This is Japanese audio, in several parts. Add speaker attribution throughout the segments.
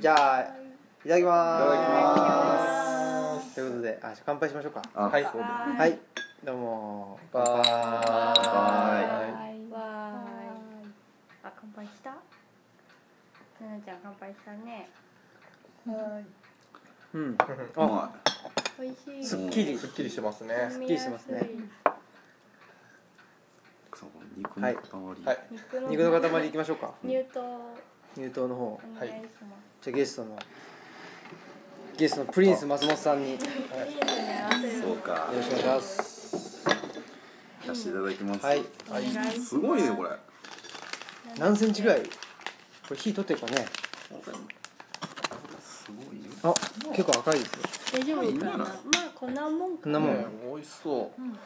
Speaker 1: じゃあいただきま
Speaker 2: ます
Speaker 1: ということであ乾杯しましょうか
Speaker 2: あ
Speaker 1: はい
Speaker 2: そうだ
Speaker 3: ね
Speaker 1: はいどうも乾
Speaker 2: 乾
Speaker 1: 杯
Speaker 4: わ
Speaker 3: いーい
Speaker 4: ーいあ乾杯したななちゃん乾杯したね
Speaker 1: うん
Speaker 2: う
Speaker 1: あ
Speaker 2: ま
Speaker 4: 美味しい
Speaker 1: す
Speaker 2: う
Speaker 1: っ
Speaker 2: ん
Speaker 1: きり
Speaker 5: すっきりしてますね
Speaker 4: 飲
Speaker 1: っ
Speaker 4: み
Speaker 1: きり
Speaker 4: や
Speaker 1: し
Speaker 4: す
Speaker 1: て
Speaker 4: い
Speaker 1: ますね
Speaker 2: いその肉の塊
Speaker 5: はい
Speaker 4: 肉の
Speaker 1: 肉の塊いきましょうか
Speaker 4: 入刀
Speaker 1: 入刀の方
Speaker 4: お願いしま
Speaker 1: じゃあゲストのゲストのプリンス松本さんによ
Speaker 4: すチーズに合わせる
Speaker 2: そうか
Speaker 1: ろしくお願いします
Speaker 2: 出していただきます、
Speaker 1: はい
Speaker 4: お願いします
Speaker 2: すごいねこれ
Speaker 1: 何センチぐらいこれ火取ってるかね
Speaker 2: すごいよ
Speaker 1: あ結構赤いですよ
Speaker 4: 大丈夫か
Speaker 2: いいんじゃ
Speaker 4: な
Speaker 2: な
Speaker 4: ま
Speaker 2: い
Speaker 4: あこんなもんか
Speaker 1: こんなもん
Speaker 5: ね美味しそ
Speaker 4: うん美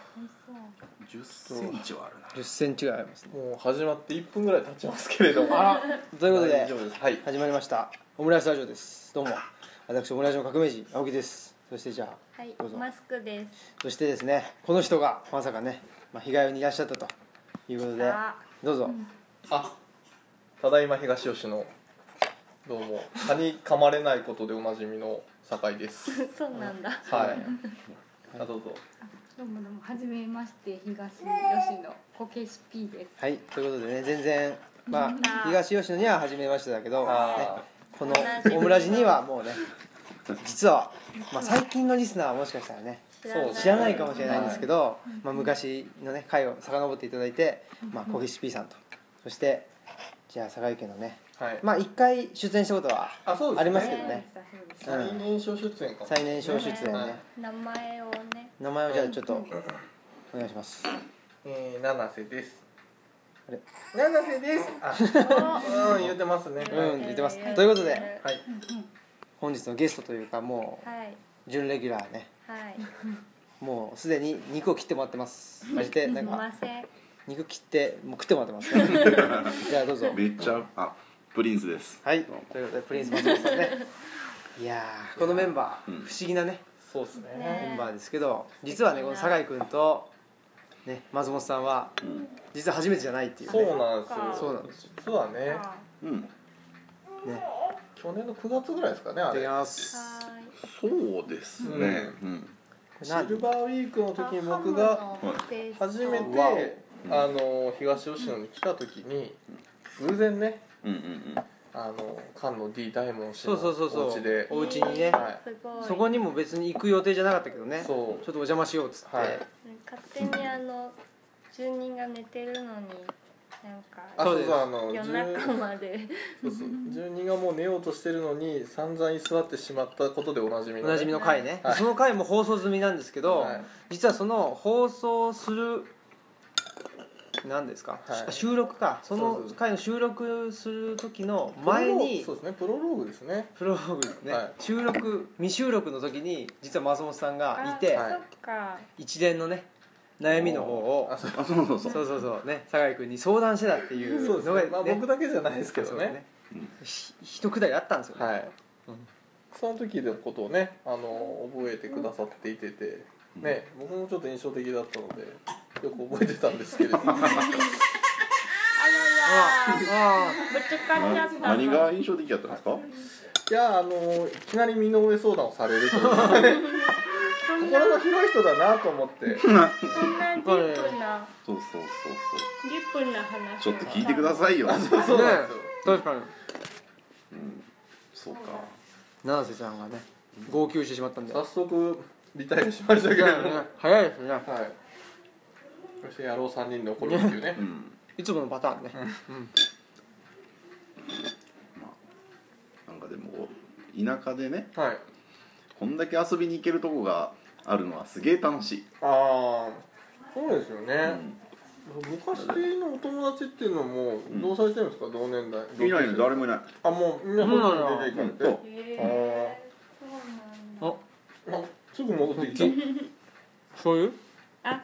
Speaker 4: 味しそう
Speaker 2: 10センチはあるな
Speaker 1: 10センチぐらいありますね
Speaker 5: うもう始まって1分ぐらい経ちますけれども
Speaker 1: あらということ
Speaker 5: 大
Speaker 1: で
Speaker 5: 丈夫ですはい
Speaker 1: 始まりましたオムライスラジオですどうも私オムライスの革命児青木ですそしてじゃあ
Speaker 4: はい
Speaker 1: どうぞ
Speaker 4: マスクです
Speaker 1: そしてですねこの人がまさかね、まあ、日帰りにいらっしゃったということで
Speaker 4: あ
Speaker 1: どうぞ、
Speaker 5: あただいま東吉野どうも蚊に噛まれないことでおなじみの酒井 です
Speaker 4: そうなんだ
Speaker 5: はいあどうぞ
Speaker 3: どうもどうもはじめまして東吉野こけし P です
Speaker 1: はいということでね全然まあ
Speaker 4: ー
Speaker 1: 東吉野には初めましてだけど、ね
Speaker 5: あ、
Speaker 1: このオムラジにはもうね実は、まあ、最近のリスナーはもしかしたらね
Speaker 5: そう
Speaker 1: 知らないかもしれないんですけど、まあ、昔のね回を遡っていただいて、まあ、小岸 P さんとそしてじゃあ坂井家のね
Speaker 5: はい
Speaker 1: まあ一回出演したことは
Speaker 5: あそうですね
Speaker 1: ありますけどね
Speaker 5: 最年少出演かも
Speaker 1: 最年少出演
Speaker 5: はい
Speaker 1: ね
Speaker 4: 名前をね
Speaker 1: 名前をじゃあちょっとお願いします
Speaker 5: えー、七瀬です
Speaker 1: あれ
Speaker 5: 七瀬ですあ うん言ってますねはい
Speaker 1: うん言ってます
Speaker 4: やや
Speaker 1: ということで
Speaker 4: や
Speaker 5: はい
Speaker 1: 本日のゲストというかも
Speaker 4: はい、
Speaker 1: う準レギュラーね
Speaker 4: はい、
Speaker 1: もうすでに肉を切ってもらってますそして
Speaker 4: す
Speaker 1: ないん
Speaker 4: ま
Speaker 1: か
Speaker 4: せん。
Speaker 1: 肉切ってもう食ってもらってます、じゃあどうぞ
Speaker 2: めっちゃあプリンスです
Speaker 1: はい
Speaker 2: どうも
Speaker 1: ということでプリンス松本さんねいやーこのメンバー
Speaker 2: う
Speaker 1: 不
Speaker 2: ん
Speaker 1: 思議なね
Speaker 5: そうですね
Speaker 4: ね
Speaker 1: メンバーですけど実はねこの酒井君とね松本さんは
Speaker 2: うん
Speaker 1: 実は初めてじゃないっていうね
Speaker 5: そうなんですよ
Speaker 1: そうなんで
Speaker 5: 実はね
Speaker 4: は
Speaker 2: うん
Speaker 1: ね
Speaker 5: 去年の9月ぐらいですかねあ
Speaker 1: いただ
Speaker 5: れ
Speaker 1: きます
Speaker 4: ーい。
Speaker 2: そうですねうん
Speaker 1: これ
Speaker 5: シ
Speaker 1: 何
Speaker 5: ルバーウィークの時に僕
Speaker 4: あ
Speaker 5: が
Speaker 4: ハムのペースト
Speaker 5: 初めて
Speaker 1: わ
Speaker 2: お
Speaker 5: あの東吉野に来た時に偶然ね
Speaker 2: うんうん
Speaker 5: あの菅野 D 大門氏
Speaker 1: そ
Speaker 5: の
Speaker 1: うそうそう
Speaker 5: お
Speaker 1: そ
Speaker 5: 家
Speaker 1: う
Speaker 5: で
Speaker 1: お家にね
Speaker 5: はい
Speaker 4: すごい。
Speaker 1: そこにも別に行く予定じゃなかったけどねちょっと
Speaker 5: そ
Speaker 1: お邪魔しようっつって、
Speaker 5: はい
Speaker 4: 勝手にあの住人が寝てるのになん
Speaker 5: うあ
Speaker 4: か
Speaker 5: そ
Speaker 1: そ
Speaker 5: う
Speaker 1: うで
Speaker 5: そう
Speaker 1: す
Speaker 5: あの
Speaker 4: 夜
Speaker 5: 住
Speaker 4: 中まで
Speaker 5: そうそう住人がもう寝ようとしてるのに散々居座ってしまったことでおなじみ
Speaker 1: おなじみの回ね、
Speaker 5: はい
Speaker 1: その回も放送済みなんですけど、
Speaker 5: はい
Speaker 1: 実はその放送する何ですか、
Speaker 5: はい
Speaker 1: 収録かそ
Speaker 5: そ
Speaker 1: の
Speaker 5: うそう
Speaker 1: 回の収録する時の
Speaker 5: プロロー
Speaker 1: 前に
Speaker 5: そうですねプロローグですね
Speaker 1: プロローグですね、
Speaker 5: はい
Speaker 1: 収録未収録の時に実は松本さんが
Speaker 4: あ
Speaker 1: いて、
Speaker 5: はい
Speaker 4: そっか
Speaker 1: 一連のね悩みの方を
Speaker 5: あそう
Speaker 2: あそうそうそう
Speaker 1: そうそうそうね酒井君に相談してたっていう
Speaker 5: そうです
Speaker 1: のが
Speaker 5: ねまあ僕だけじゃないですけど
Speaker 1: そう
Speaker 5: ね
Speaker 2: うん
Speaker 1: ひひとくだりあったんですよね、
Speaker 5: はい、
Speaker 1: うん
Speaker 5: その時のことをねあの覚えてくださっていてて、ね、僕もちょっと印象的だったのでよく覚えてたんですけれども
Speaker 4: あらら
Speaker 1: あ
Speaker 4: ぶつかっちゃった
Speaker 2: 何が印象的やったんですか
Speaker 5: いやあのいきなり身の上相談をされるというね
Speaker 4: そんな
Speaker 5: 心の広い人だなと思って
Speaker 4: そんなディープな
Speaker 2: そうそうそうそ
Speaker 4: ディープな話
Speaker 2: うちょっと聞いてくだ
Speaker 4: い
Speaker 2: さいよ
Speaker 1: あ
Speaker 5: そうなんですよ
Speaker 1: ね確かに
Speaker 2: うんそうか
Speaker 1: 七瀬ちゃんがね号泣してしまったんで
Speaker 5: 早速リタイアしましたけれども、はい
Speaker 1: 早いですね
Speaker 5: そして野郎3人残るっていうね
Speaker 2: うん
Speaker 1: いつものパターンね、うん
Speaker 2: なんかでも田舎でね
Speaker 5: はい
Speaker 2: こんだけ遊びに行けるとこがあるのはすげえ楽しい、
Speaker 5: ああそうですよね、
Speaker 2: うん、
Speaker 5: 昔のお友達っていうのもどうされてるんですか、同年代
Speaker 2: いないの誰もいない
Speaker 5: あもうみんなそんなの出ていかれて、
Speaker 4: へ
Speaker 2: うん
Speaker 5: あ
Speaker 4: え
Speaker 5: ー
Speaker 4: そうなんだ
Speaker 1: あ
Speaker 5: あすぐ戻ってき
Speaker 1: 醤油
Speaker 4: あ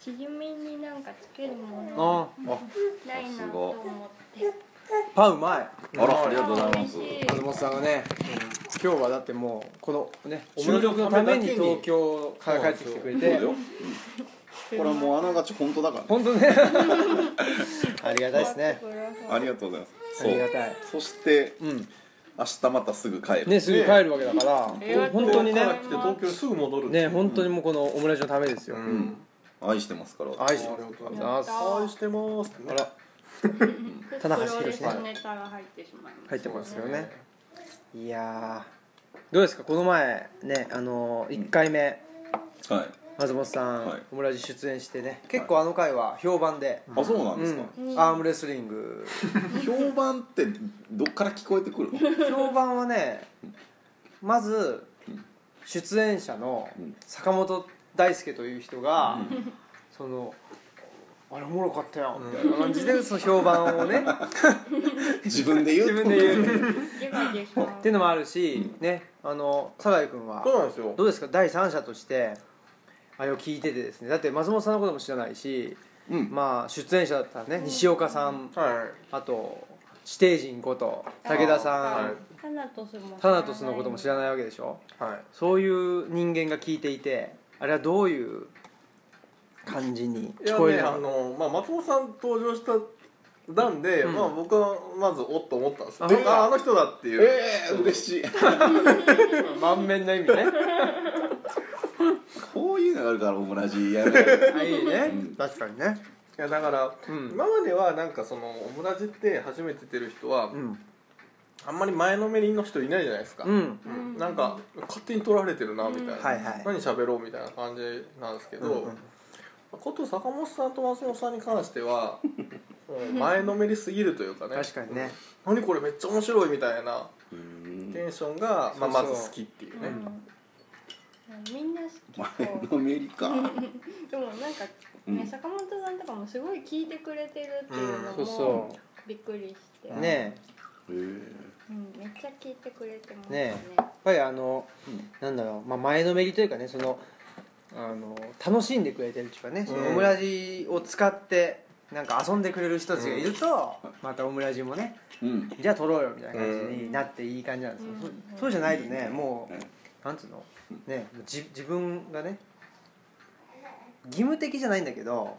Speaker 4: 縮みになんかつけるもの
Speaker 1: あ
Speaker 4: ないなと思って
Speaker 1: あパンうまい
Speaker 5: た
Speaker 2: あらありがとうございま
Speaker 4: 嬉
Speaker 2: す
Speaker 4: しい
Speaker 1: 松本さんがね、今日はだってもうこのね
Speaker 5: 収
Speaker 1: 収
Speaker 5: 録
Speaker 1: 録
Speaker 5: の
Speaker 1: の
Speaker 5: た
Speaker 1: た
Speaker 5: め
Speaker 1: め
Speaker 5: に
Speaker 1: に東京から帰ってきてくれ
Speaker 2: そうだ
Speaker 1: て
Speaker 2: よ、うん、これはもうあながち本当だから、ね、
Speaker 1: 本当ねありがたいですね
Speaker 2: ありがとうございます
Speaker 1: あ
Speaker 2: そ
Speaker 1: りが
Speaker 2: う
Speaker 1: たい
Speaker 2: そして
Speaker 1: うん
Speaker 2: 明日またすぐ帰る、
Speaker 1: ねすぐ帰るわけだから、
Speaker 4: えー
Speaker 1: 本当にね
Speaker 5: から来て東京にすぐ戻るってい
Speaker 1: ね
Speaker 5: う
Speaker 1: 本当にもうこのオムラジのためですよ、
Speaker 5: うん
Speaker 2: 愛してますから
Speaker 1: 愛してま
Speaker 5: ありがとうござい
Speaker 1: す
Speaker 4: ます
Speaker 5: 愛してますってね
Speaker 1: あら
Speaker 4: プ
Speaker 1: 棚橋
Speaker 4: ロレ
Speaker 1: 弘
Speaker 4: ス
Speaker 1: 至ね
Speaker 4: ネタが入ってしまいま
Speaker 1: 入っ
Speaker 4: してた
Speaker 1: ますよねいやーどうですかこの前ねあのー、1回目、
Speaker 2: はい
Speaker 1: 松本さん、
Speaker 2: はい
Speaker 1: オムラジ出演してね結構あの回は評判で、
Speaker 2: あそうなんですか、
Speaker 1: うん、アームレスリング
Speaker 2: 評判ってどっから聞こえてくるの
Speaker 1: 評判はねまず出演者の
Speaker 2: うん
Speaker 1: 坂本大輔という人が、
Speaker 2: うん
Speaker 1: そのあれおもろかったよみたいな感じでその評判を ね
Speaker 2: 自分で言う
Speaker 1: 自分で言う
Speaker 4: ギガギガ
Speaker 1: っていうのもあるし、ねあの酒井君は
Speaker 5: そうなんですよ
Speaker 1: どうですか第三者としてあれを聞いててですねだって松本さんのことも知らないし、
Speaker 2: うん
Speaker 1: まあ出演者だったらね西岡さん
Speaker 5: は
Speaker 1: あと指定人こと武田さん
Speaker 4: タナトスも
Speaker 1: タナトスのことも知らないわけでしょ
Speaker 5: いはい
Speaker 1: そういう人間が聞いていてあれはどういう感じに
Speaker 5: い
Speaker 1: 聞
Speaker 5: や
Speaker 1: こえ
Speaker 5: ね
Speaker 1: る
Speaker 5: あ
Speaker 1: の
Speaker 5: の、まあ、松本さん登場した段で、
Speaker 1: うん
Speaker 5: まあ、僕はまずおっと思ったんです
Speaker 1: あ
Speaker 5: よあ
Speaker 1: そうか
Speaker 5: ああの人だっていう、
Speaker 2: ええー、嬉しい
Speaker 1: 満面の意味ね
Speaker 2: こういうのがあるからオムラジやる
Speaker 1: あいいね
Speaker 2: うん
Speaker 1: 確かにね
Speaker 5: いやだから、
Speaker 1: うん
Speaker 5: 今まではなんかそのオムラジって初めて出る人は、
Speaker 1: うん
Speaker 5: あんまり前のめりの人いないじゃないですか、
Speaker 1: うん
Speaker 5: うんなんか勝手に取られてるなみたいな、
Speaker 4: うん
Speaker 1: はいはい
Speaker 5: 何喋ろうみたいな感じなんですけど、
Speaker 1: うんうん
Speaker 5: こと坂本さんと松本さんに関しては もう前のめりすぎるというかね
Speaker 1: 確かにね
Speaker 5: 何これめっちゃ面白いみたいなテンションが、ま
Speaker 1: そ
Speaker 5: あ、ま
Speaker 1: うそう
Speaker 5: ず好きっていうね、
Speaker 4: うんみんな好き
Speaker 2: 前
Speaker 4: そ
Speaker 2: のめりか
Speaker 4: うでもなんか
Speaker 2: う
Speaker 4: ね
Speaker 2: ん
Speaker 4: 坂本さんとかもすごい聞いてくれてるっていうの
Speaker 1: そう
Speaker 4: も
Speaker 1: そ
Speaker 4: びっくりして
Speaker 1: うねえ
Speaker 2: えー
Speaker 4: うんめっちゃ聞いてくれてます
Speaker 1: ね
Speaker 4: ね
Speaker 1: やっぱりあの
Speaker 2: うん
Speaker 1: なんだろう、まあ、前のめりというかねそのあの楽しんでくれてるっていうかね、その
Speaker 5: うん
Speaker 1: オムラジを使ってなんか遊んでくれる人たちがいると、
Speaker 2: うん
Speaker 1: またオムラジもね
Speaker 2: うん
Speaker 1: じゃあ撮ろうよみたいな感じになっていい感じなんですよ、
Speaker 4: うん
Speaker 1: そ
Speaker 4: うん
Speaker 1: そうじゃないとねもう、
Speaker 2: うん
Speaker 1: なんつうのねじ自分がね義務的じゃないんだけど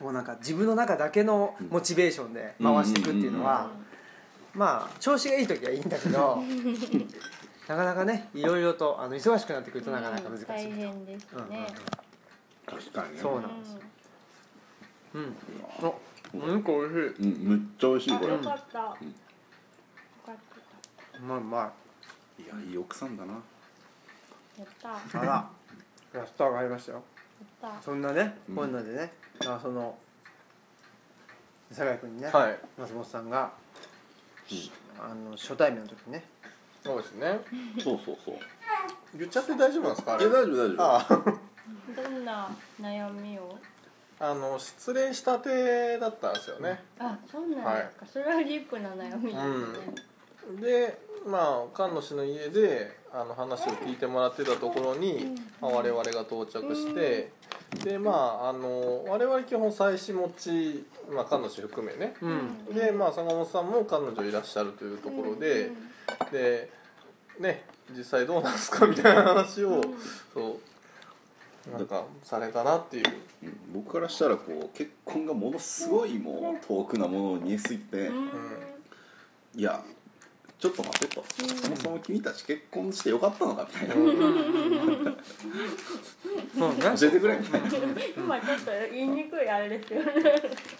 Speaker 1: もうなんか自分の中だけのモチベーションで回していくっていうのは、まあ調子がいい時はいいんだけ どなかなかねいろいろとあの忙しくなってくるとなかなか難しいと、
Speaker 4: 大変ですね、
Speaker 1: うんうん
Speaker 2: 確かにね
Speaker 1: そうなのうんおお肉おいしい
Speaker 2: うん、めっちゃ美味しいこ
Speaker 4: あ
Speaker 2: れ、
Speaker 4: よ
Speaker 2: い
Speaker 4: かった、よかっ
Speaker 2: ん
Speaker 1: うまいうま
Speaker 2: やいい奥さんだない
Speaker 4: たやった
Speaker 1: いあ
Speaker 4: やっ
Speaker 1: らラスト上がりましたよ
Speaker 4: た
Speaker 1: そんなね、
Speaker 2: うん
Speaker 1: こういうのでねあその酒井君にね、
Speaker 5: はい
Speaker 1: 松本さんが、あの初対面の時にね
Speaker 5: そうですね
Speaker 2: そうそうそうい
Speaker 5: 言っちゃって大丈夫なんですかあれ
Speaker 2: や大丈夫大丈夫
Speaker 5: ああ
Speaker 4: どんな悩みを
Speaker 5: あの失恋したてだったんですよね、
Speaker 4: あそうなんですか、
Speaker 5: はい
Speaker 4: それはディープな悩みですね、
Speaker 5: でまあ菅野氏の家であの話を聞いてもらってたところに、まあ、我々が到着して、でまああの我々基本妻子持ち、まあ、菅野氏含めね
Speaker 1: うん、
Speaker 5: でまあ坂本さんも彼女いらっしゃるというところで、でね実際どうなんですかみたいな話を、そうなんかされたなっていう
Speaker 2: うん僕からしたらこう結婚がものすごいもう遠くなものに見えすぎて、
Speaker 4: うんうん
Speaker 2: いやちょっと待ってと、そもそも君たち結婚してよかったのかみたいな、
Speaker 1: そうね
Speaker 2: 教えてくれみたいな、
Speaker 4: 今ちょっと言いにくいあれですよね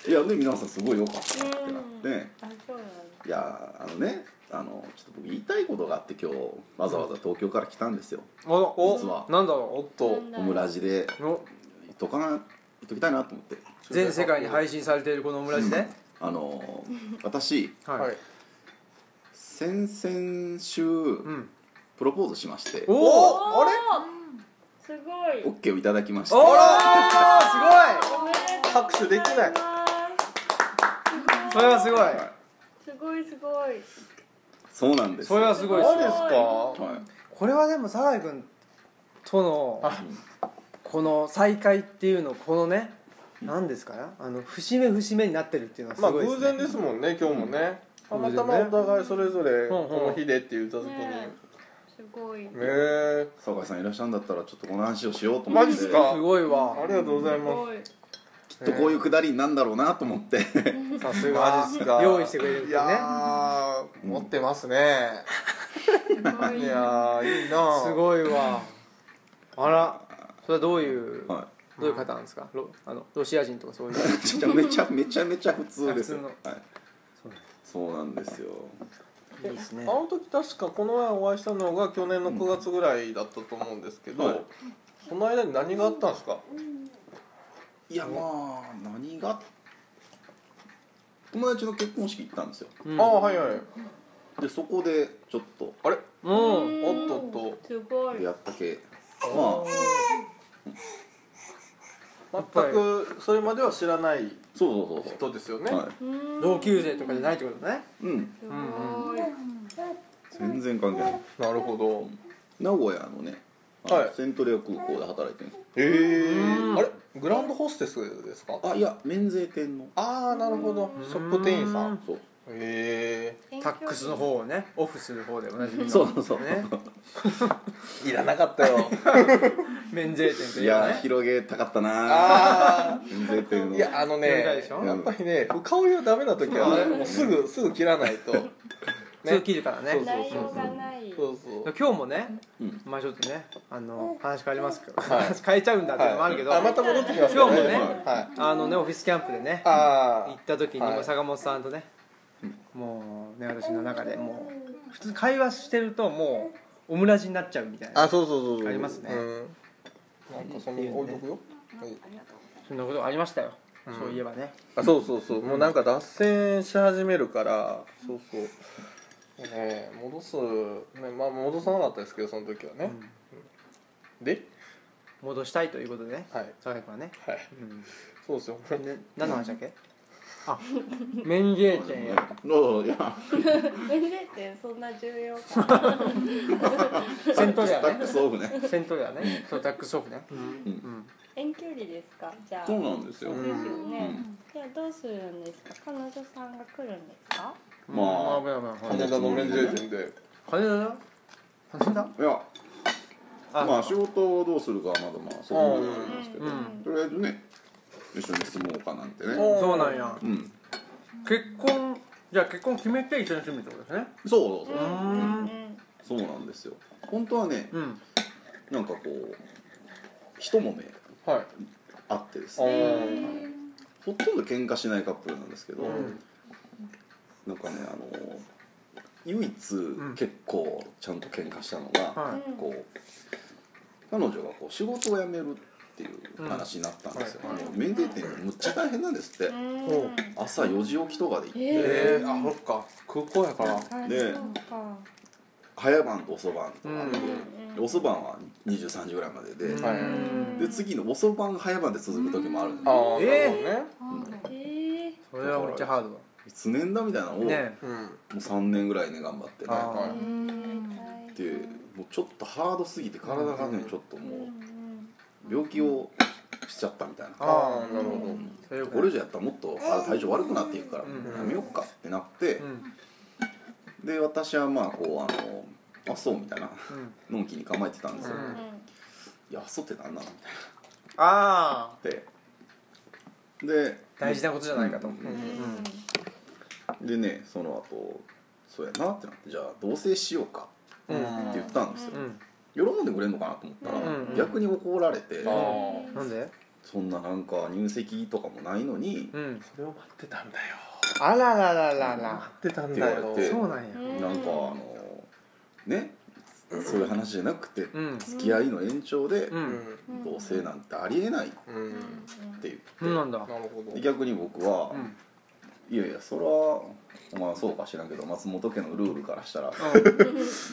Speaker 2: いやで皆さんすごいよかったってなって、
Speaker 4: あそうなんだ
Speaker 2: いやあのねあのちょっと僕言いたいことがあって今日わざわざ東京から来たんですよ、
Speaker 1: お
Speaker 2: 実は
Speaker 1: おなんだ
Speaker 5: お
Speaker 1: ろ
Speaker 5: っと
Speaker 4: なん
Speaker 2: オムラジで
Speaker 1: うお
Speaker 2: 言っとかな言っときたいなと思って
Speaker 1: 全世界に配信されているこのオムラジで、
Speaker 2: あの私
Speaker 1: はい、
Speaker 5: はい
Speaker 2: 先々週、
Speaker 1: うん
Speaker 2: プロポーズしまして
Speaker 1: おお
Speaker 4: おれすごい
Speaker 2: OK をいただきまして
Speaker 1: おらーす
Speaker 4: おめでとう
Speaker 5: 拍手できない
Speaker 1: ごいそれはすごい
Speaker 4: すごいすごい
Speaker 2: そうなんです
Speaker 1: それはすごい
Speaker 5: マジ
Speaker 1: で
Speaker 5: ですすか
Speaker 2: は
Speaker 1: これはでも酒井君とのこの再会っていうのこのね何ですかあの節目節目になってるっていうのはす
Speaker 5: まあ
Speaker 1: ごいです、ね
Speaker 5: 偶然ですもんね今日もね、
Speaker 1: うん
Speaker 5: たまたまお互いそれぞれ
Speaker 1: うんうん
Speaker 5: この日でって言った時に、
Speaker 4: ねすごい
Speaker 5: ねえ
Speaker 2: い酒井さんいらっしゃるんだったらちょっとこの話をしようと思っ
Speaker 5: マ
Speaker 2: て
Speaker 5: ジっすか
Speaker 1: すごい
Speaker 5: あ
Speaker 1: わ
Speaker 5: りがとうござい
Speaker 4: す
Speaker 5: ま
Speaker 4: ごい
Speaker 2: きっとこういうくだりになんだろうなと思って
Speaker 5: すさすがですか
Speaker 1: 用意してくれるってね
Speaker 5: いやーは持ってますね、
Speaker 3: すごい
Speaker 5: いやーいいな
Speaker 1: す
Speaker 5: い
Speaker 1: ごいわあらそれはどういう、
Speaker 2: は
Speaker 1: どういう方なんですかロあのロシア人とかそういう
Speaker 2: い、じゃあめちゃめちゃめちゃ普通ですよ
Speaker 1: 普
Speaker 2: はい、そうなんですよ
Speaker 1: いいです
Speaker 5: あ
Speaker 1: ね
Speaker 5: の時確かこの前お会いしたのが去年の9月ぐらいだったと思うんですけど、
Speaker 2: うんはい
Speaker 5: その間に何があったんですか
Speaker 2: いやまあ何が友達の結婚式行ったんですよ
Speaker 1: うん
Speaker 5: ああはいはい
Speaker 2: でそこでちょっと
Speaker 5: あれ
Speaker 1: うん
Speaker 5: おっとっと
Speaker 4: すごい
Speaker 2: やった系まあ
Speaker 5: 全くそれまでは知らない
Speaker 2: そうそうそうそう
Speaker 5: 人ですよね、
Speaker 2: は
Speaker 4: うん
Speaker 1: 同級生とかじゃないってことね
Speaker 2: い、うん、
Speaker 4: すごい
Speaker 2: 全然関係ない
Speaker 5: なるほど
Speaker 2: 名古屋のねあの
Speaker 5: はい
Speaker 2: セントレア空港で働いてるんです
Speaker 5: ええ
Speaker 1: うん
Speaker 5: あれグランドホステスですか
Speaker 2: あいや免税店の
Speaker 5: ああなるほどショップ店員さ
Speaker 1: うんん
Speaker 2: そう
Speaker 5: え
Speaker 1: タックスの方をねオフする方で同じ みの
Speaker 2: そうそう
Speaker 1: ね
Speaker 5: えいらなかっ たよ
Speaker 1: 免税店と
Speaker 2: い
Speaker 1: いえば
Speaker 2: や
Speaker 1: ね
Speaker 2: 広げたかったな
Speaker 5: あ
Speaker 2: 免税店
Speaker 5: あ
Speaker 2: の
Speaker 5: いやあのね
Speaker 1: やりたいでしょ
Speaker 5: やっぱりね深追いはダメな時はね
Speaker 1: そう
Speaker 5: もうすぐすぐ切らないとね
Speaker 1: すぐ切るからね
Speaker 5: そう
Speaker 4: 内容がない
Speaker 5: そうそう
Speaker 1: 今日もね、
Speaker 2: うん
Speaker 1: まあちょっとねあの話変わりますけど、
Speaker 5: はい
Speaker 1: 話変えちゃうんだっていうのもあるけど、
Speaker 5: はい、あまた戻ってきます
Speaker 1: 今日も
Speaker 2: ね
Speaker 5: はい、
Speaker 1: あのねオフィスキャンプでね
Speaker 5: あ
Speaker 1: 行
Speaker 5: あ
Speaker 1: った時に
Speaker 5: はい
Speaker 1: もう坂本さんとね、もうね私の中でもう普通に会話してるともうオムラジになっちゃうみたいな
Speaker 5: あそうそうそうそう
Speaker 1: ありますね
Speaker 5: うん、なんかその置いとくよ、はい
Speaker 1: そんなことありましたよ、そういえばね
Speaker 5: あそうそうそうもうなんか脱線し始めるからそうそうね戻す、ねまあ、戻さなかったですけどその時はね、で
Speaker 1: 戻したいということでね
Speaker 5: はい
Speaker 1: 坂井君はね、
Speaker 5: はい
Speaker 1: うん、
Speaker 5: そうですよ
Speaker 1: で何の話だっけ、あ免税店や
Speaker 2: そういや
Speaker 4: 免税店そんな重要か
Speaker 1: セントレ
Speaker 2: タ
Speaker 1: ア
Speaker 2: ッ
Speaker 1: ね
Speaker 2: クスオフね
Speaker 1: セントレアねそうタックスオフね、
Speaker 4: 遠距離ですかじゃあ
Speaker 2: そうなんですよ、
Speaker 4: そうですよね
Speaker 2: うん
Speaker 4: じゃあどうするんですか彼女さんが来るんですか
Speaker 2: まあ
Speaker 1: うん危ない危ない危ない
Speaker 5: 羽田の免税店で
Speaker 1: 羽田だ羽田
Speaker 2: いや
Speaker 1: あ
Speaker 2: まあ仕事をどうするかはまだまあそこまでありますけど、
Speaker 1: うん
Speaker 2: とりあえずね一緒に住もうかなんてね
Speaker 5: お
Speaker 1: そうなんや
Speaker 2: うん
Speaker 1: 結婚じゃあ結婚決めて一緒に住むってことですね
Speaker 2: そうそう
Speaker 4: う
Speaker 2: そう、
Speaker 4: んうんうん
Speaker 2: そうなんですよ本当はね
Speaker 1: うん
Speaker 2: なんかこう一もめ
Speaker 5: はい
Speaker 2: あってです
Speaker 5: あ
Speaker 2: ね
Speaker 5: ー
Speaker 2: ほとんど喧嘩しないカップルなんですけど、
Speaker 5: ん
Speaker 2: なんかねあの唯一
Speaker 1: ん
Speaker 2: 結構ちゃんと喧嘩したのが、
Speaker 1: は
Speaker 4: うん
Speaker 2: こう彼女がこう仕事を辞めるっていう話になったんですよ、
Speaker 5: う
Speaker 2: も
Speaker 5: ん
Speaker 2: う免税店むっちゃ大変なんですっ
Speaker 4: う
Speaker 2: て、
Speaker 4: んうん
Speaker 2: 朝4時起きとかで行って、
Speaker 5: えー、あそっか空港やから
Speaker 4: あ
Speaker 2: で
Speaker 4: そうか
Speaker 2: 早晩と遅晩とかあって、
Speaker 4: うん
Speaker 2: で遅晩は23時ぐらいまでで、
Speaker 1: い
Speaker 5: は
Speaker 1: はいい
Speaker 2: で次の遅晩早晩で続く時もあるんで
Speaker 5: ああ、
Speaker 1: えー
Speaker 5: なる
Speaker 4: えー
Speaker 1: それはめっちゃハードだ
Speaker 2: 常年だみたいなのを、
Speaker 1: ね
Speaker 5: ほどね
Speaker 2: もう3年ぐらいね頑張ってね
Speaker 5: あ
Speaker 1: あ
Speaker 4: うん大
Speaker 2: でもうちょっとハードすぎて体がねちょっと
Speaker 4: 変う
Speaker 2: も
Speaker 4: んうん
Speaker 2: う病気をしちゃったみたいな
Speaker 5: あ
Speaker 1: あ
Speaker 5: あーなるほど
Speaker 1: それよく
Speaker 2: これ以上やったらもっとあ体調悪くなっていくから
Speaker 1: ん
Speaker 2: やめよっかってなって
Speaker 1: うん
Speaker 2: で私はまあこうあのあそうみたいな
Speaker 1: うん
Speaker 2: のんきに構えてたんですよ
Speaker 1: うん
Speaker 2: いやあそうってなんなのみ
Speaker 1: ああ
Speaker 2: たいなってで
Speaker 1: 大事なことじゃないかと
Speaker 2: う
Speaker 4: うん
Speaker 2: ん
Speaker 4: うんうん
Speaker 2: でねその後そうやなってなってじゃあ同棲しようか
Speaker 1: う
Speaker 5: うん
Speaker 1: ん
Speaker 2: って言ったんですよ
Speaker 1: うん
Speaker 2: 喜んでくれるのかなと思ったら
Speaker 1: うんうん
Speaker 2: 逆に怒られて
Speaker 5: ああ
Speaker 1: なんで
Speaker 2: そんななんか入籍とかもないのに
Speaker 1: うん
Speaker 5: それを待ってたんだよ
Speaker 1: あららららら
Speaker 5: 待ってたん
Speaker 2: だよ
Speaker 1: そうなんや
Speaker 4: うん
Speaker 2: なんかあのねそういう話じゃなくて
Speaker 1: うん
Speaker 2: 付き合いの延長で
Speaker 1: う
Speaker 5: うんん
Speaker 4: うん
Speaker 2: 同棲なんてありえないっ
Speaker 5: う
Speaker 4: うん
Speaker 5: ん
Speaker 2: て
Speaker 1: そう
Speaker 2: 言
Speaker 1: な
Speaker 2: って
Speaker 1: んだ
Speaker 5: なるほど
Speaker 2: で逆に僕は
Speaker 1: うん
Speaker 2: 「いやいやそれはお前そうか知らんけど松本家のルールからしたら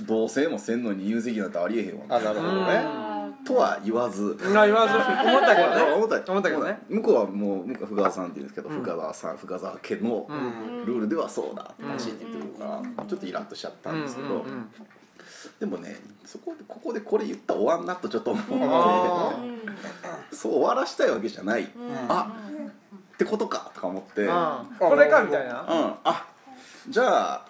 Speaker 2: 同棲もせんのに入籍なんてありえへんわ」
Speaker 5: あなるほ
Speaker 1: う
Speaker 5: ど
Speaker 1: ん
Speaker 5: ね
Speaker 4: あー
Speaker 2: とは言わず。
Speaker 1: うんな言わず思ったけどね
Speaker 2: 思った
Speaker 1: 思ったけどね
Speaker 2: 向こうはもう向こうは深澤さんって言うんですけど、
Speaker 1: うん
Speaker 2: 深澤さん深澤家の
Speaker 1: うん
Speaker 2: ルールではそうだってらしいって言ってくるから、ちょっとイラッとしちゃったんですけど、
Speaker 1: うんうん
Speaker 2: でもねそこでここでこれ言ったら終わんなとちょっと思って、
Speaker 1: あー
Speaker 4: うん
Speaker 2: そう終わらしたいわけじゃない、あってことかとか思っ
Speaker 1: う
Speaker 2: て、うんん
Speaker 1: あ
Speaker 2: あ
Speaker 1: ーこれかみたいな
Speaker 2: じゃあ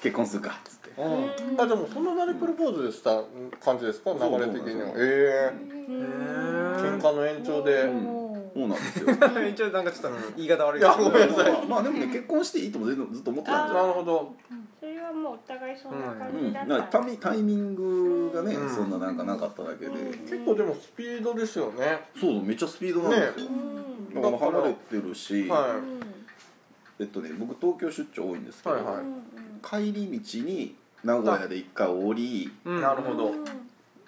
Speaker 2: 結婚するかっつって
Speaker 1: うんへ
Speaker 5: あでもその場でプロポーズした感じですか流
Speaker 2: そう
Speaker 5: れ的には
Speaker 2: そう
Speaker 5: ええ
Speaker 1: え
Speaker 5: 喧嘩の延長で
Speaker 4: うん
Speaker 2: そうなんですよ
Speaker 1: 一応なんかちょっと言い方悪い
Speaker 5: いやごめんなさい
Speaker 2: まあまあでもね結婚していいとも全然ずっと思ってたんじゃ
Speaker 5: な
Speaker 2: ない
Speaker 5: るほど
Speaker 4: それはもうお互いそんな
Speaker 2: う
Speaker 4: 感
Speaker 2: ん、
Speaker 4: じだ
Speaker 2: な
Speaker 4: っ
Speaker 2: ん
Speaker 4: た
Speaker 2: かタミタイミングがね、
Speaker 5: うん
Speaker 2: そんななんかなかっただけで、
Speaker 4: うん
Speaker 5: 結構でもスピードですよね
Speaker 2: そうそうめっちゃスピードなんですよ、
Speaker 4: うん
Speaker 2: だから離れてるし、
Speaker 4: う
Speaker 5: は
Speaker 4: ん
Speaker 2: えっとね僕東京出張多いんですけど、
Speaker 5: はいは
Speaker 4: うん
Speaker 2: 帰り道に名古屋で一回降り
Speaker 5: い、
Speaker 1: うん
Speaker 5: なるほ
Speaker 4: う
Speaker 5: ど
Speaker 4: ん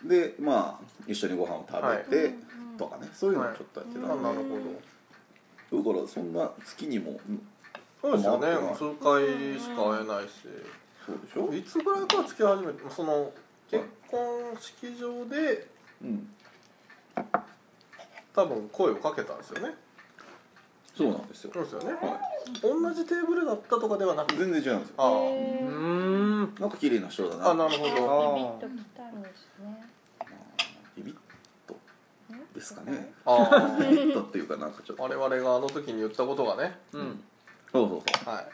Speaker 2: でまあ一緒にご飯を食べて、
Speaker 4: うん
Speaker 2: とかねそういうのをちょっとやってた
Speaker 5: あ
Speaker 2: んで、
Speaker 5: なるほ
Speaker 2: だからそんな月にも
Speaker 5: どそうですよね
Speaker 2: まあ
Speaker 5: 数回しか会えないし
Speaker 2: そうでしょ、
Speaker 5: いつぐらいから付き始めてその結婚式場で
Speaker 2: うん、
Speaker 5: 多分声をかけたんですよね
Speaker 2: そうなんですよ、
Speaker 5: そうですよね
Speaker 2: は
Speaker 5: 同じテーブルだったとかではなく
Speaker 2: い、全然違うんですよ
Speaker 5: あー
Speaker 4: へ
Speaker 1: う
Speaker 4: ー
Speaker 1: ーん
Speaker 2: なんか綺麗な人だな
Speaker 5: あなるほ
Speaker 4: ビビ
Speaker 5: ど
Speaker 4: ッときたんですね
Speaker 2: ビビッとですかね
Speaker 5: あ
Speaker 2: ビビッとっていうかなんかちょっ
Speaker 5: あ
Speaker 2: と
Speaker 5: 我々があの時に言ったことがね
Speaker 1: うん
Speaker 2: そうそう
Speaker 5: は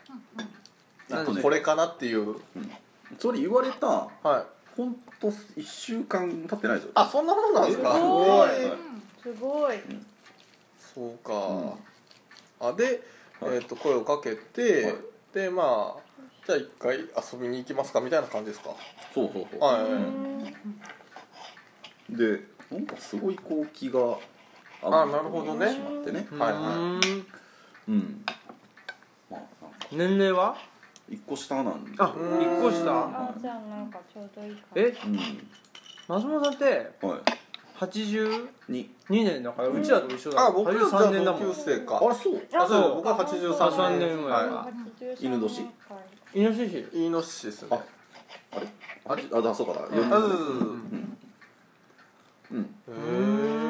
Speaker 2: そうあと
Speaker 5: い
Speaker 2: ね
Speaker 5: これかなっていう
Speaker 2: それ言われた
Speaker 5: はい
Speaker 2: ほんと1週間経ってないですよ
Speaker 5: あそんなもんなんですか
Speaker 2: えー
Speaker 5: えー
Speaker 2: は
Speaker 4: すごい
Speaker 5: そうか、あで、えー、と声をかけて、
Speaker 2: はい
Speaker 5: でまあじゃあ一回遊びに行きますかみたいな感じですか
Speaker 2: そうそうそう、
Speaker 5: はい
Speaker 2: でなんかすごいこう気が
Speaker 5: あなるほどね
Speaker 2: しまってね
Speaker 1: う
Speaker 5: はい
Speaker 1: ーん
Speaker 2: うんまあなんか
Speaker 1: 年齢は
Speaker 2: 一個下なんで
Speaker 1: あ
Speaker 5: うん
Speaker 1: 一個下
Speaker 4: あじゃあなんかちょうどいいか
Speaker 1: え
Speaker 2: うん
Speaker 1: 松本さんって
Speaker 2: は
Speaker 1: 82
Speaker 2: いに
Speaker 1: 年だからうちらと一緒だ
Speaker 5: あ僕らじゃあ
Speaker 1: 83年だも
Speaker 5: 同級
Speaker 1: ん
Speaker 5: 生
Speaker 2: あ
Speaker 5: か
Speaker 2: れそう
Speaker 5: あそう
Speaker 1: そう
Speaker 5: 僕は83
Speaker 1: 83
Speaker 5: 年
Speaker 1: 年生まれ
Speaker 5: は
Speaker 1: だ
Speaker 2: 犬年
Speaker 1: イノシシ
Speaker 5: い、イノシシですね
Speaker 2: ああれあだそうかだ
Speaker 5: あそうそう
Speaker 2: 4
Speaker 5: そう
Speaker 2: うん
Speaker 5: へ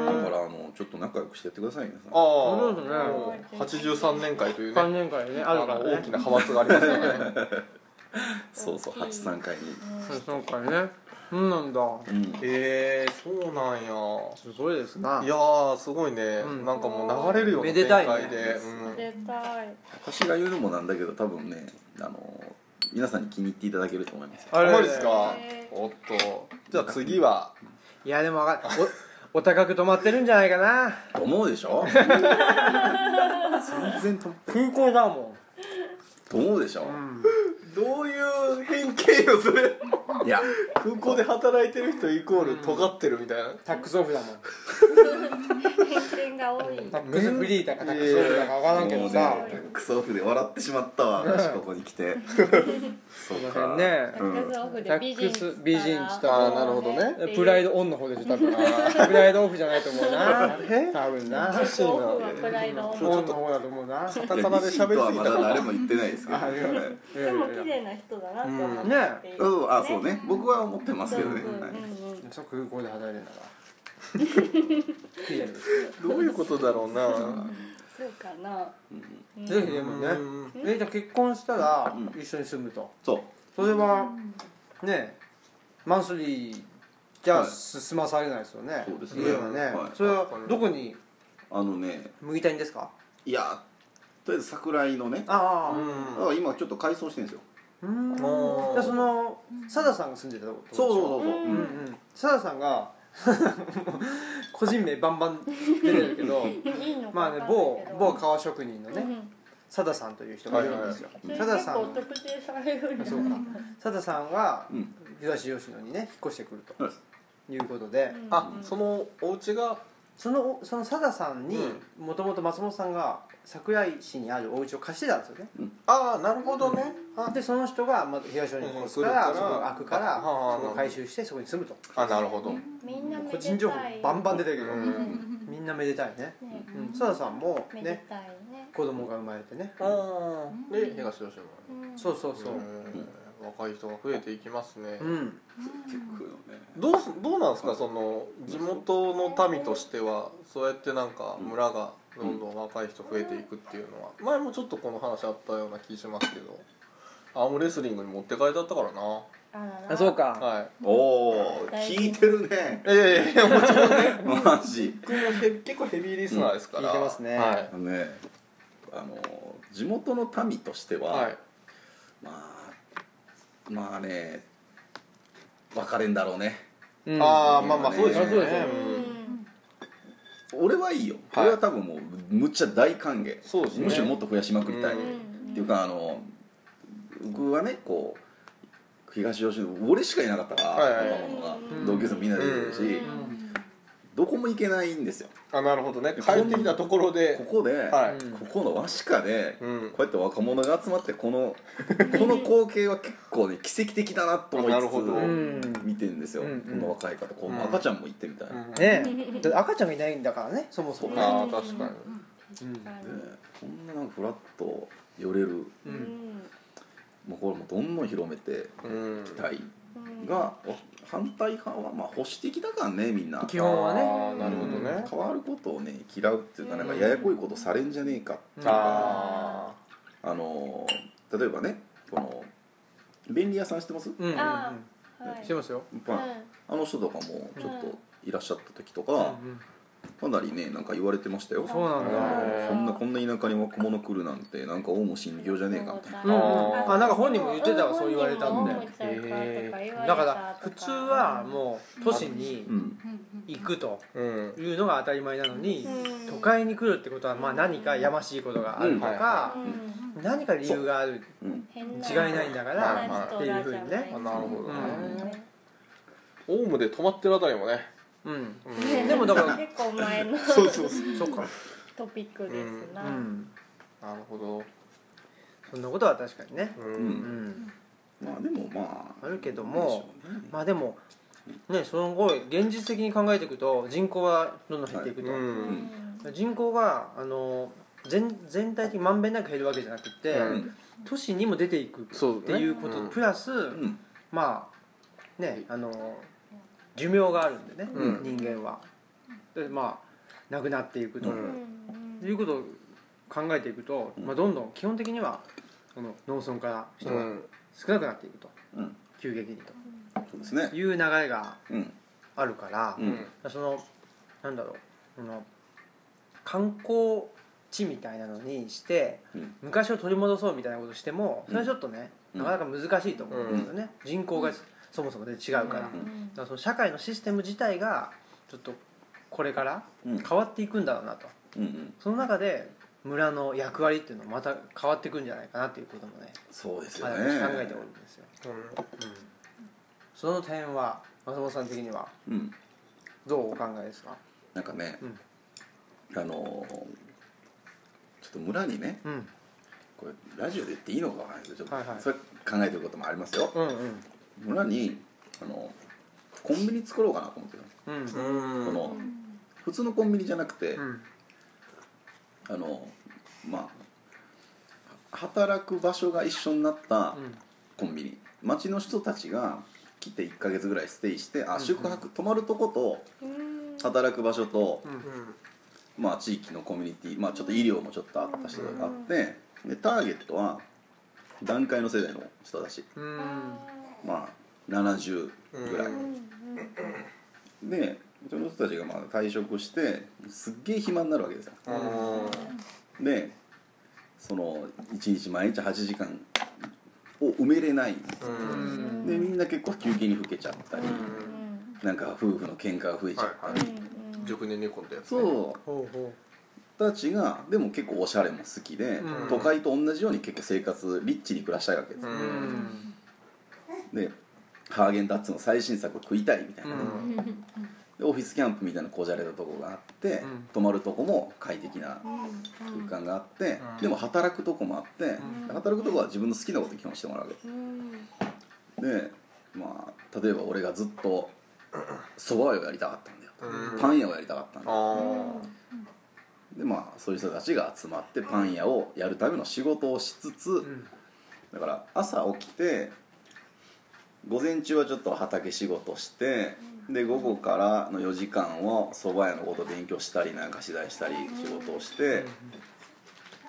Speaker 2: だ
Speaker 5: ー
Speaker 2: からあのちょっと仲良くしてやってくださいね
Speaker 5: あ
Speaker 1: そうですね
Speaker 5: あ83年会というね
Speaker 1: 3年会ねあるから
Speaker 5: の
Speaker 1: ね
Speaker 5: 大きな派閥がありますからね
Speaker 2: そうそう八三回に
Speaker 1: そうそうかねそうなんだ
Speaker 2: うん
Speaker 5: えー、そうなんや
Speaker 1: すごいですない
Speaker 5: やーすごいね、
Speaker 1: うん
Speaker 5: なんかもう流れるような
Speaker 1: めでたいね
Speaker 5: 展開で、うん
Speaker 4: 出たい
Speaker 2: 私が言うのもなんだけど多分ねあの皆さんに気に入っていただけると思いますよ
Speaker 1: あれ
Speaker 5: マジですか
Speaker 4: えー
Speaker 5: おっとじゃあ次はい
Speaker 1: やでもわかんないおお 高く止まってるんじゃないかな
Speaker 2: と思うでしょ全然と
Speaker 1: 空港だも
Speaker 2: と思うでしょ、
Speaker 1: ん
Speaker 5: どういう変形よそれ
Speaker 2: い や
Speaker 5: 空港で働いてる人イコール尖ってるみたいな、
Speaker 1: タックスオフだもん
Speaker 4: 偏見が多い
Speaker 1: タックスフリーだかタックスオフだかわからんけどさ
Speaker 2: もうねクソオフで笑ってしまったわ私ここに来てそう
Speaker 1: すいませんね
Speaker 4: タ
Speaker 2: う
Speaker 4: ック
Speaker 2: ん
Speaker 4: スオフで美人
Speaker 1: タ
Speaker 4: したら
Speaker 1: ックス美人した
Speaker 5: らあーなるほどね
Speaker 1: プライドオンの方でしょ多分プライドオフじゃないと思うな
Speaker 5: え
Speaker 1: 多分な
Speaker 4: タックスオフはプライドオン
Speaker 1: オンの方だと思うな
Speaker 5: カタカナで喋りす
Speaker 2: い
Speaker 5: ぎ
Speaker 2: や西とはま
Speaker 5: た
Speaker 2: だ
Speaker 5: から
Speaker 2: 誰も言ってないですけど
Speaker 1: あいやいや
Speaker 4: でも綺麗な人だなって思ってて
Speaker 2: うんあそうね僕は思ってます
Speaker 4: そう
Speaker 2: け
Speaker 4: そう
Speaker 2: ど
Speaker 4: うんうん
Speaker 2: ね、はい
Speaker 1: そう空港で働いてんだから
Speaker 5: どういうことだろうな
Speaker 4: そうかなうん
Speaker 1: ぜひでもね
Speaker 5: うん
Speaker 1: えじゃあ結婚したら
Speaker 2: うん
Speaker 1: 一緒に住むと
Speaker 2: そう
Speaker 1: それはねマンスリーじゃ
Speaker 2: は
Speaker 1: あ
Speaker 2: い
Speaker 1: す済まされないですよね
Speaker 2: そうですね
Speaker 1: 家はね
Speaker 2: はい
Speaker 1: それはどこに
Speaker 2: あのね
Speaker 1: 向いたいんですか
Speaker 2: いやとりあえず桜井のねだか
Speaker 1: あ
Speaker 5: う
Speaker 1: あ
Speaker 5: ん
Speaker 2: ら今ちょっと改装してるんですよ
Speaker 1: うんじ
Speaker 5: おー
Speaker 1: ゃあそのサダさんが住んでたとこでしょ
Speaker 2: そうそうそうそう、
Speaker 1: うんうんサダさんが 個人名バンバン出てるけ ど
Speaker 4: いいの
Speaker 1: ま
Speaker 4: か
Speaker 1: あね
Speaker 4: 分かんないけ
Speaker 1: 某
Speaker 4: ど
Speaker 1: 某革職人の
Speaker 4: う
Speaker 1: ね
Speaker 4: ん
Speaker 1: サダさんという人がいるんですよ
Speaker 4: それ
Speaker 1: サダ
Speaker 4: 結
Speaker 1: さ
Speaker 4: 構
Speaker 1: ん
Speaker 4: 特定されるんじゃ
Speaker 1: そ
Speaker 4: な
Speaker 1: う
Speaker 4: い
Speaker 1: かサダさんが
Speaker 2: うん
Speaker 1: 東吉野にね引っ越してくる
Speaker 2: そうです
Speaker 1: ということで
Speaker 4: うん
Speaker 5: あそのお家が
Speaker 1: そのそのサダさんにもともと松本さんが桜井市にあるお家を貸してたんですよね
Speaker 5: ああなるほどね、あ
Speaker 1: でその人がまた東野に越すか
Speaker 5: う
Speaker 1: ら
Speaker 5: ん
Speaker 1: そこが開くから
Speaker 5: あはあ
Speaker 1: そこを回収してそこに住むと
Speaker 5: あなるほど
Speaker 4: みんなめでたい
Speaker 1: 個人情報バンバン出てるけど
Speaker 5: うん
Speaker 1: みんなめでたいね
Speaker 4: ね
Speaker 1: うんサダさんも
Speaker 4: めで
Speaker 1: ね
Speaker 4: たいね
Speaker 1: 子供が生まれてね
Speaker 5: ああで東吉野
Speaker 4: うん
Speaker 1: そうそうそう
Speaker 5: うん若い人が増えていきますね、
Speaker 1: うん
Speaker 2: 結構ね
Speaker 5: どうすどうなんですかその地元の民としてはそうやってなんか村がどんどん若い人増えていくっていうのは前もちょっとこの話あったような気しますけどアームレスリングに持って帰っちゃったからなは
Speaker 4: あらら
Speaker 1: あそうか
Speaker 5: い
Speaker 2: おお
Speaker 4: 大事
Speaker 2: 聞いてるね
Speaker 5: いやいやいやもう
Speaker 2: マジ
Speaker 5: 僕もへ結構ヘビーリスナーですか
Speaker 1: う
Speaker 5: ら、
Speaker 1: ん聞いてますね
Speaker 5: はい
Speaker 2: あ、のねあの地元の民としては、
Speaker 5: はい、
Speaker 2: まあまあね分かれんだろうね
Speaker 1: うん
Speaker 5: ああまあまあそうですよね
Speaker 1: そうですよ
Speaker 4: うん
Speaker 2: 俺はいいよ、
Speaker 5: はい
Speaker 2: 俺は多分もうむっちゃ大歓迎
Speaker 5: そうですね
Speaker 2: むしろもっと増やしまくりたい、
Speaker 5: う
Speaker 2: っ
Speaker 4: ん
Speaker 2: ていうかあの僕はねこう東吉野俺しかいなかったから
Speaker 5: はいはい
Speaker 2: 若者が
Speaker 4: うん
Speaker 2: 同級生もみんなで出てるし、
Speaker 5: うん
Speaker 4: うん
Speaker 2: どこも行けないんですよ
Speaker 5: あなるほどね帰ってきたところで
Speaker 2: ここで、
Speaker 5: はい
Speaker 1: うん
Speaker 2: ここの和紙かで、
Speaker 5: うん
Speaker 2: こうやって若者が集まってこ のこの光景は結構ね奇跡的だなと思
Speaker 5: なるほど
Speaker 1: う
Speaker 2: い
Speaker 1: ん
Speaker 2: つつ見てるんですよ、
Speaker 1: うん
Speaker 2: この若い方こう
Speaker 5: うん
Speaker 2: 赤ちゃんも行ってみたい、
Speaker 5: うん
Speaker 1: ねえだって赤ちゃんがいないんだからねそもそも
Speaker 5: ああ確かに
Speaker 1: うん
Speaker 2: ねこんななんかフラッと寄れる
Speaker 1: う
Speaker 4: うんん
Speaker 2: もうこれもどんどん広めて
Speaker 5: うん
Speaker 2: いきた
Speaker 4: う
Speaker 2: い
Speaker 4: ん
Speaker 2: が、お反対派はまあ保守的だからねみんな
Speaker 1: 基本はね
Speaker 5: あーなるほどね
Speaker 2: 変わることをね嫌うっていうかなんか
Speaker 4: うん
Speaker 2: ややこいことされんじゃねえかっていうか、
Speaker 5: あ
Speaker 2: あのー例えばねこの便利屋さんしてます、
Speaker 1: うんうんうん
Speaker 4: あはい
Speaker 1: してますよ
Speaker 2: まああの人とかもちょっといらっしゃった時とか、かなりねなんか言われてましたよ
Speaker 1: そうなんだ
Speaker 2: そんなこんな田舎に若者来るなんてなんかオウム真理教じゃねえかみたいな
Speaker 1: うんうん
Speaker 5: あ
Speaker 1: あなんか本人も言ってたわそう言われたんでだから普通はもう都市に
Speaker 2: うん
Speaker 1: 行くと
Speaker 5: ーうん
Speaker 1: いうのが当たり前なのに
Speaker 4: うん
Speaker 1: 都会に来るってことはまあ何かやましいことがあるとか
Speaker 4: う、ん
Speaker 1: 何か理由がある
Speaker 2: うん
Speaker 4: 変
Speaker 1: 違いないんだか
Speaker 5: は
Speaker 1: ら
Speaker 5: い
Speaker 1: っていうふうにね
Speaker 5: あ、なるほど
Speaker 1: うん
Speaker 5: ねオウムで止まってるあたりもね
Speaker 1: うん
Speaker 5: うん
Speaker 1: でもだから
Speaker 4: 結構前の
Speaker 2: そうそうそう
Speaker 1: そうか
Speaker 4: トピックです
Speaker 1: う
Speaker 4: な、
Speaker 1: ん
Speaker 5: なるほど
Speaker 1: そんなことは確かにね
Speaker 5: う
Speaker 2: うん
Speaker 1: うんん
Speaker 2: まあでもまあ
Speaker 1: あるけど
Speaker 2: なんでし
Speaker 1: も
Speaker 2: ょうね
Speaker 1: まあでもねその後現実的に考えていくと人口はどんどん減っていくと、
Speaker 5: うん
Speaker 1: 人口があの全全体的にまんべんなく減るわけじゃなくて、
Speaker 5: うん
Speaker 1: 都市にも出ていくっていうこと
Speaker 5: そうね
Speaker 1: プラス、
Speaker 2: うん
Speaker 1: まあねあの寿命があるんでね、
Speaker 5: うん
Speaker 1: 人間はでまあ亡くなっていくと、
Speaker 2: うん
Speaker 1: いうことを考えていくと、
Speaker 2: うん
Speaker 1: まあ、どんどん基本的にはこの農村から人
Speaker 5: う
Speaker 1: が
Speaker 5: ん
Speaker 1: 少なくなっていくと、
Speaker 2: うん
Speaker 1: 急激に
Speaker 2: そうですね
Speaker 1: という流れが
Speaker 2: うん
Speaker 1: あるから、
Speaker 2: うん
Speaker 1: そのなんだろうその観光地みたいなのにして、
Speaker 2: うん
Speaker 1: 昔を取り戻そうみたいなことをしてもそれはちょっとね、
Speaker 2: うん
Speaker 1: なかなか難しいと思うんですよね、人口がそもそもで違うから,、だ
Speaker 5: う
Speaker 1: か
Speaker 5: ん
Speaker 1: らその社会のシステム自体がちょっとこれから
Speaker 2: うんうん
Speaker 1: 変わっていくんだろうなと
Speaker 2: うん
Speaker 1: その中で村の役割っていうのもまた変わっていくんじゃないかなっていうこともね
Speaker 2: そうですよ
Speaker 1: まだ
Speaker 2: ね
Speaker 1: 考えておるんですよ、その点は松本さん的には
Speaker 2: うん
Speaker 1: どうお考えですか
Speaker 2: なんかね
Speaker 1: うん
Speaker 2: あのーちょっと村にね
Speaker 1: うん
Speaker 2: これラジオで言っていいのかわかんないけどちょっと
Speaker 1: はいはい
Speaker 2: それ考えてることもありますよ
Speaker 1: うんうん
Speaker 2: 村にあのコンビニ作ろうかなと思ってる
Speaker 1: うん
Speaker 5: う
Speaker 2: こ
Speaker 5: ん
Speaker 2: の普通のコンビニじゃなくて、
Speaker 1: うん
Speaker 2: あのまあ働く場所が一緒になったコンビニ町の人たちが来て1ヶ月ぐらいステイしてあ
Speaker 1: ん
Speaker 2: 宿泊泊まるとこと働く場所と、
Speaker 5: うん
Speaker 2: まあ、地域のコミュニティまあちょっと医療もちょっとあった人があってでターゲットは団塊の世代の人たち
Speaker 1: うん
Speaker 2: まあ70ぐらい、
Speaker 5: うん
Speaker 2: でその人たちがまあ退職してすっげえ暇になるわけですよ
Speaker 5: うん
Speaker 2: でその1日毎日8時間を埋めれない
Speaker 5: うん
Speaker 2: でみんな結構休憩にふけちゃったり、なんか夫婦の喧嘩が増えちゃったり、
Speaker 5: はいはい熟年離婚ってやつね
Speaker 2: そう
Speaker 1: ほうほ
Speaker 2: たちがでも結構おしゃれも好きで、
Speaker 1: うん
Speaker 2: 都会と同じように結構生活リッチに暮らしたいわけです
Speaker 1: う
Speaker 5: う
Speaker 1: う
Speaker 2: よ、
Speaker 1: ん
Speaker 2: でハーゲンダッツの最新作を食いたいみたいな、
Speaker 1: うん
Speaker 5: うん
Speaker 2: でオフィスキャンプみたいなこじゃれたとこがあって、
Speaker 1: ん
Speaker 2: 泊まるとこも快適な空間があって、
Speaker 5: うん
Speaker 2: でも働くとこもあって、
Speaker 1: ん
Speaker 2: で働くとこは自分の好きなこと基本してもらうわけでまあ例えば俺がずっとそば屋をやりたかったんだよ、
Speaker 5: うん
Speaker 2: パン屋をやりたかったんだよ
Speaker 5: あ
Speaker 2: でまあそういう人たちが集まってパン屋をやるための仕事をしつつ、
Speaker 1: うん
Speaker 2: だから朝起きて午前中はちょっと畑仕事してで午後からの4時間をそば屋のこと勉強したりなんか取材したり仕事をして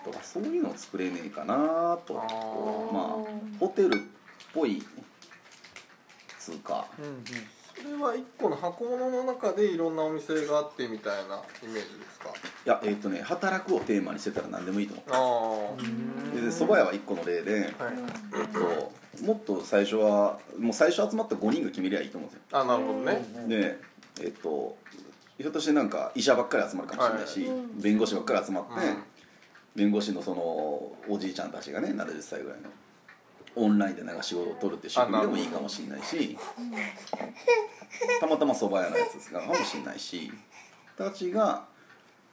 Speaker 2: とかそういうのを作れねえかなと
Speaker 5: あー
Speaker 2: こうまあホテルっぽいつうか
Speaker 1: うん
Speaker 5: それは一個の箱物の中でいろんなお店があってみたいなイメージですか
Speaker 2: いやえっ、とね働くをテーマにしてたら何でもいいと思
Speaker 5: ああ
Speaker 2: うでそば屋は1個の例で、
Speaker 5: はい
Speaker 2: えっともっと最初はもう最初集まった5人が決めりゃいいと思うんですよ
Speaker 5: あなるほどね
Speaker 2: でえっとひょっとしてなんか医者ばっかり集まるかもしれないし、
Speaker 4: はいうん
Speaker 2: 弁護士ばっかり集まって、
Speaker 5: うん
Speaker 2: 弁護士のそのおじいちゃんたちがね70歳ぐらいのオンラインでなんか仕事を取るっていう仕組みでもいいかもしれないしたまたま蕎麦屋のやつですかもしれないし人たちが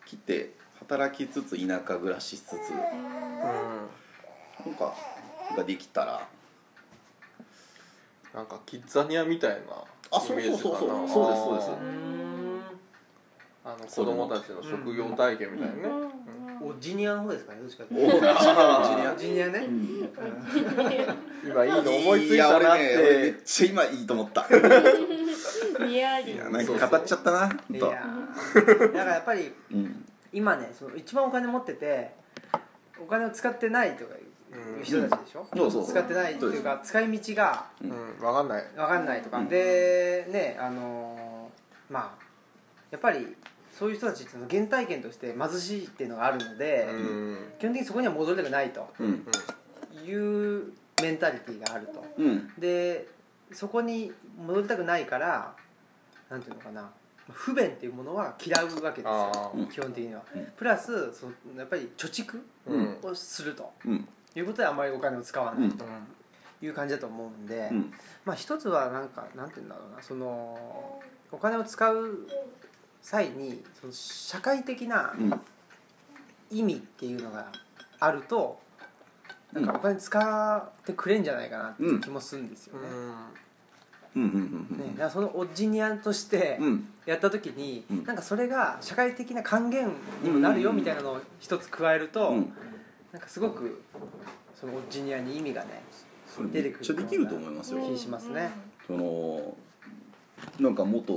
Speaker 2: 来て働きつつ田舎暮らししつつ
Speaker 5: うん
Speaker 2: なんかができたら
Speaker 5: なんかキッザニアみたいな
Speaker 2: あそうそうそうそう
Speaker 5: イメージかな
Speaker 2: そうですそうです
Speaker 5: あ
Speaker 1: う
Speaker 5: ー
Speaker 1: ん
Speaker 5: あの子供たちの職業体験みたいなね、
Speaker 4: うん
Speaker 1: おジニアの方ですかねどっちかって
Speaker 2: お
Speaker 1: いうと
Speaker 2: ー
Speaker 1: おジニアね
Speaker 2: うん
Speaker 5: 今いいの思いついたなっ
Speaker 2: や俺ね俺め
Speaker 5: て
Speaker 2: っちゃ今いいと思った
Speaker 4: うんにやり
Speaker 2: いやなんか語っちゃったなほ
Speaker 1: い
Speaker 2: ん
Speaker 1: や
Speaker 2: と
Speaker 1: ーだからやっぱり
Speaker 2: うん
Speaker 1: 今ねその一番お金持っててお金を使ってないとかいう人たちでしょ、
Speaker 2: そうそう
Speaker 1: 使ってないっていうか使い道が
Speaker 5: うんわかんない
Speaker 1: 分かんないとか、
Speaker 2: うん
Speaker 1: でねあのーまあやっぱりそういう人たちっていうのは原体験として貧しいっていうのがあるので、
Speaker 5: うん、うん
Speaker 1: 基本的にそこには戻りたくないと
Speaker 2: うん
Speaker 1: いうメンタリティーがあると
Speaker 2: うん
Speaker 1: でそこに戻りたくないからなんていうのかな不便っていうものは嫌うわけです
Speaker 5: あ
Speaker 1: よ
Speaker 5: ー
Speaker 1: 基本的には、
Speaker 2: うん
Speaker 1: プラスそのやっぱり貯蓄
Speaker 5: うんうん
Speaker 1: をすると
Speaker 2: うん
Speaker 1: いうことであんまりお金を使わな
Speaker 2: う
Speaker 1: い
Speaker 2: ん
Speaker 1: という感じだと思うんで、
Speaker 2: うん
Speaker 1: まあ一つはなんかなんていうんだろうなそのお金を使う際にその社会的な
Speaker 2: うん
Speaker 1: 意味っていうのがあるとなんかお金使ってくれんじゃないかなっていう気もするんですよね。
Speaker 2: うんうん
Speaker 1: ね、だからそのオッジニアとして
Speaker 2: うんうん
Speaker 1: やった時に、
Speaker 2: うん
Speaker 1: なんかそれが社会的な還元にもなるよみたいなのを一つ加えると、
Speaker 2: うん
Speaker 1: なんかすごくそのオッジニアに意味がね
Speaker 2: それめっちゃできると思いますよ
Speaker 1: 気にしますね
Speaker 2: そのなんか元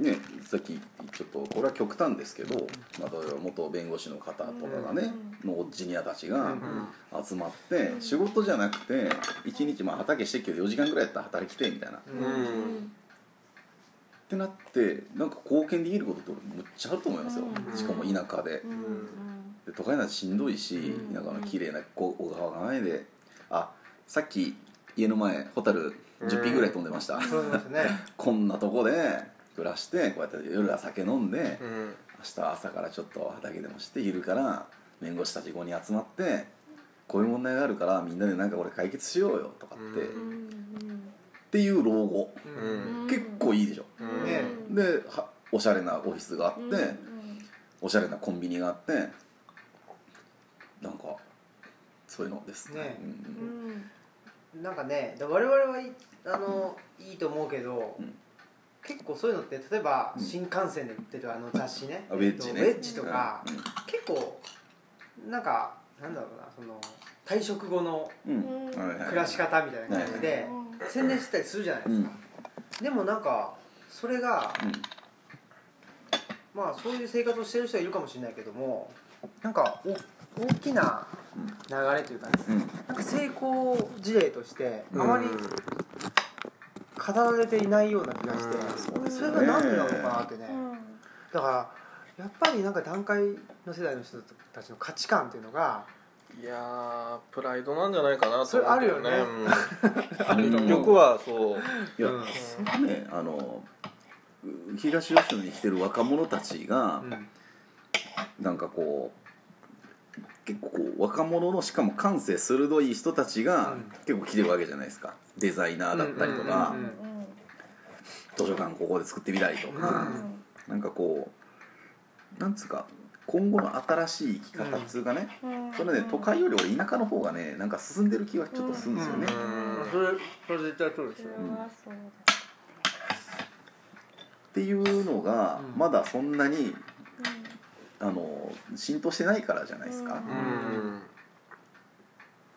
Speaker 2: ねさっきちょっとこれは極端ですけど、まあ、例えば元弁護士の方とかがね、のジニアたちが集まって、仕事じゃなくて一日まあ畑してっけど4時間ぐらいやったら働きてみたいな、っ
Speaker 1: うん
Speaker 5: うん
Speaker 2: てなってなんか貢献できることってむっちゃあると思いますよ、
Speaker 4: うん
Speaker 2: しかも田舎で
Speaker 4: うん
Speaker 2: で都会なんてしんどいし、
Speaker 1: うん
Speaker 2: 田舎の綺麗なこう小川がないであさっき家の前ホタル10匹ぐらい飛んでました、
Speaker 1: そう思いますね
Speaker 2: こんなとこで暮らしてこうやって夜は酒飲んで
Speaker 5: うんうん
Speaker 2: 明日朝からちょっと畑でもして昼から弁護士たち5人集まってこういう問題があるからみんなでなんかこれ解決しようよとかって、
Speaker 5: う
Speaker 4: うん
Speaker 2: っ
Speaker 4: ん
Speaker 2: ていう老後
Speaker 1: うん
Speaker 5: うん
Speaker 4: うん
Speaker 2: 結構いいでしょ、
Speaker 5: うん
Speaker 1: ね
Speaker 2: ではおしゃれなオフィスがあって、
Speaker 4: うんうん
Speaker 2: おしゃれなコンビニがあってなんかそういうのですね
Speaker 1: ね
Speaker 2: うん
Speaker 4: うん
Speaker 1: なんかねで我々はいあの、いいと思うけど、
Speaker 2: うん
Speaker 1: 結構そういうのって例えば
Speaker 2: うん
Speaker 1: 新幹線で売ってるあの雑誌ね、
Speaker 2: あウェッジね
Speaker 1: えっとウェッジとか、
Speaker 2: うん
Speaker 1: 結構なんかなんだろうなその退職後の
Speaker 2: う
Speaker 4: うん
Speaker 2: んはいはいはい
Speaker 1: 暮らし方みたいな感じで宣伝してたりするじゃないですか、でもなんかそれがまあそういう生活をしてる人はいるかもしれないけどもなんかお大きな流れというかね
Speaker 2: うん
Speaker 1: なんか成功事例としてあ
Speaker 5: うん
Speaker 1: まり語られていないような気がして、
Speaker 5: うん
Speaker 1: そうですよねそれが何でなのかなってね、
Speaker 4: うん
Speaker 1: だからやっぱりなんか段階の世代の人たちの価値観っていうのが
Speaker 5: いやープライドなんじゃないかなと思うけ
Speaker 1: そ
Speaker 5: ど
Speaker 1: れあるよね
Speaker 2: うん
Speaker 5: うん結局はそう、
Speaker 2: いや、
Speaker 1: うん
Speaker 2: それはねあのう東吉野に来てる若者たちが、なんかこう結構こう若者のしかも感性鋭い人たちが、
Speaker 1: うん
Speaker 2: 結構来てるわけじゃないですかデザイナーだったりとか、
Speaker 1: うん
Speaker 2: 図書館ここで作ってみたりと
Speaker 1: うん
Speaker 2: か、なんかこうなんつうか今後の新しい生き方っつうかね、
Speaker 4: うん
Speaker 2: それね都会より俺田舎の方がねなんか進んでる気はちょっとするんですよね、
Speaker 5: うん
Speaker 1: それそれ絶対そうです
Speaker 4: そ
Speaker 1: よ
Speaker 4: れはそう
Speaker 2: っていうのが、
Speaker 1: うん
Speaker 2: まだそんなに
Speaker 4: だ
Speaker 2: あの浸透してないからじゃないですか、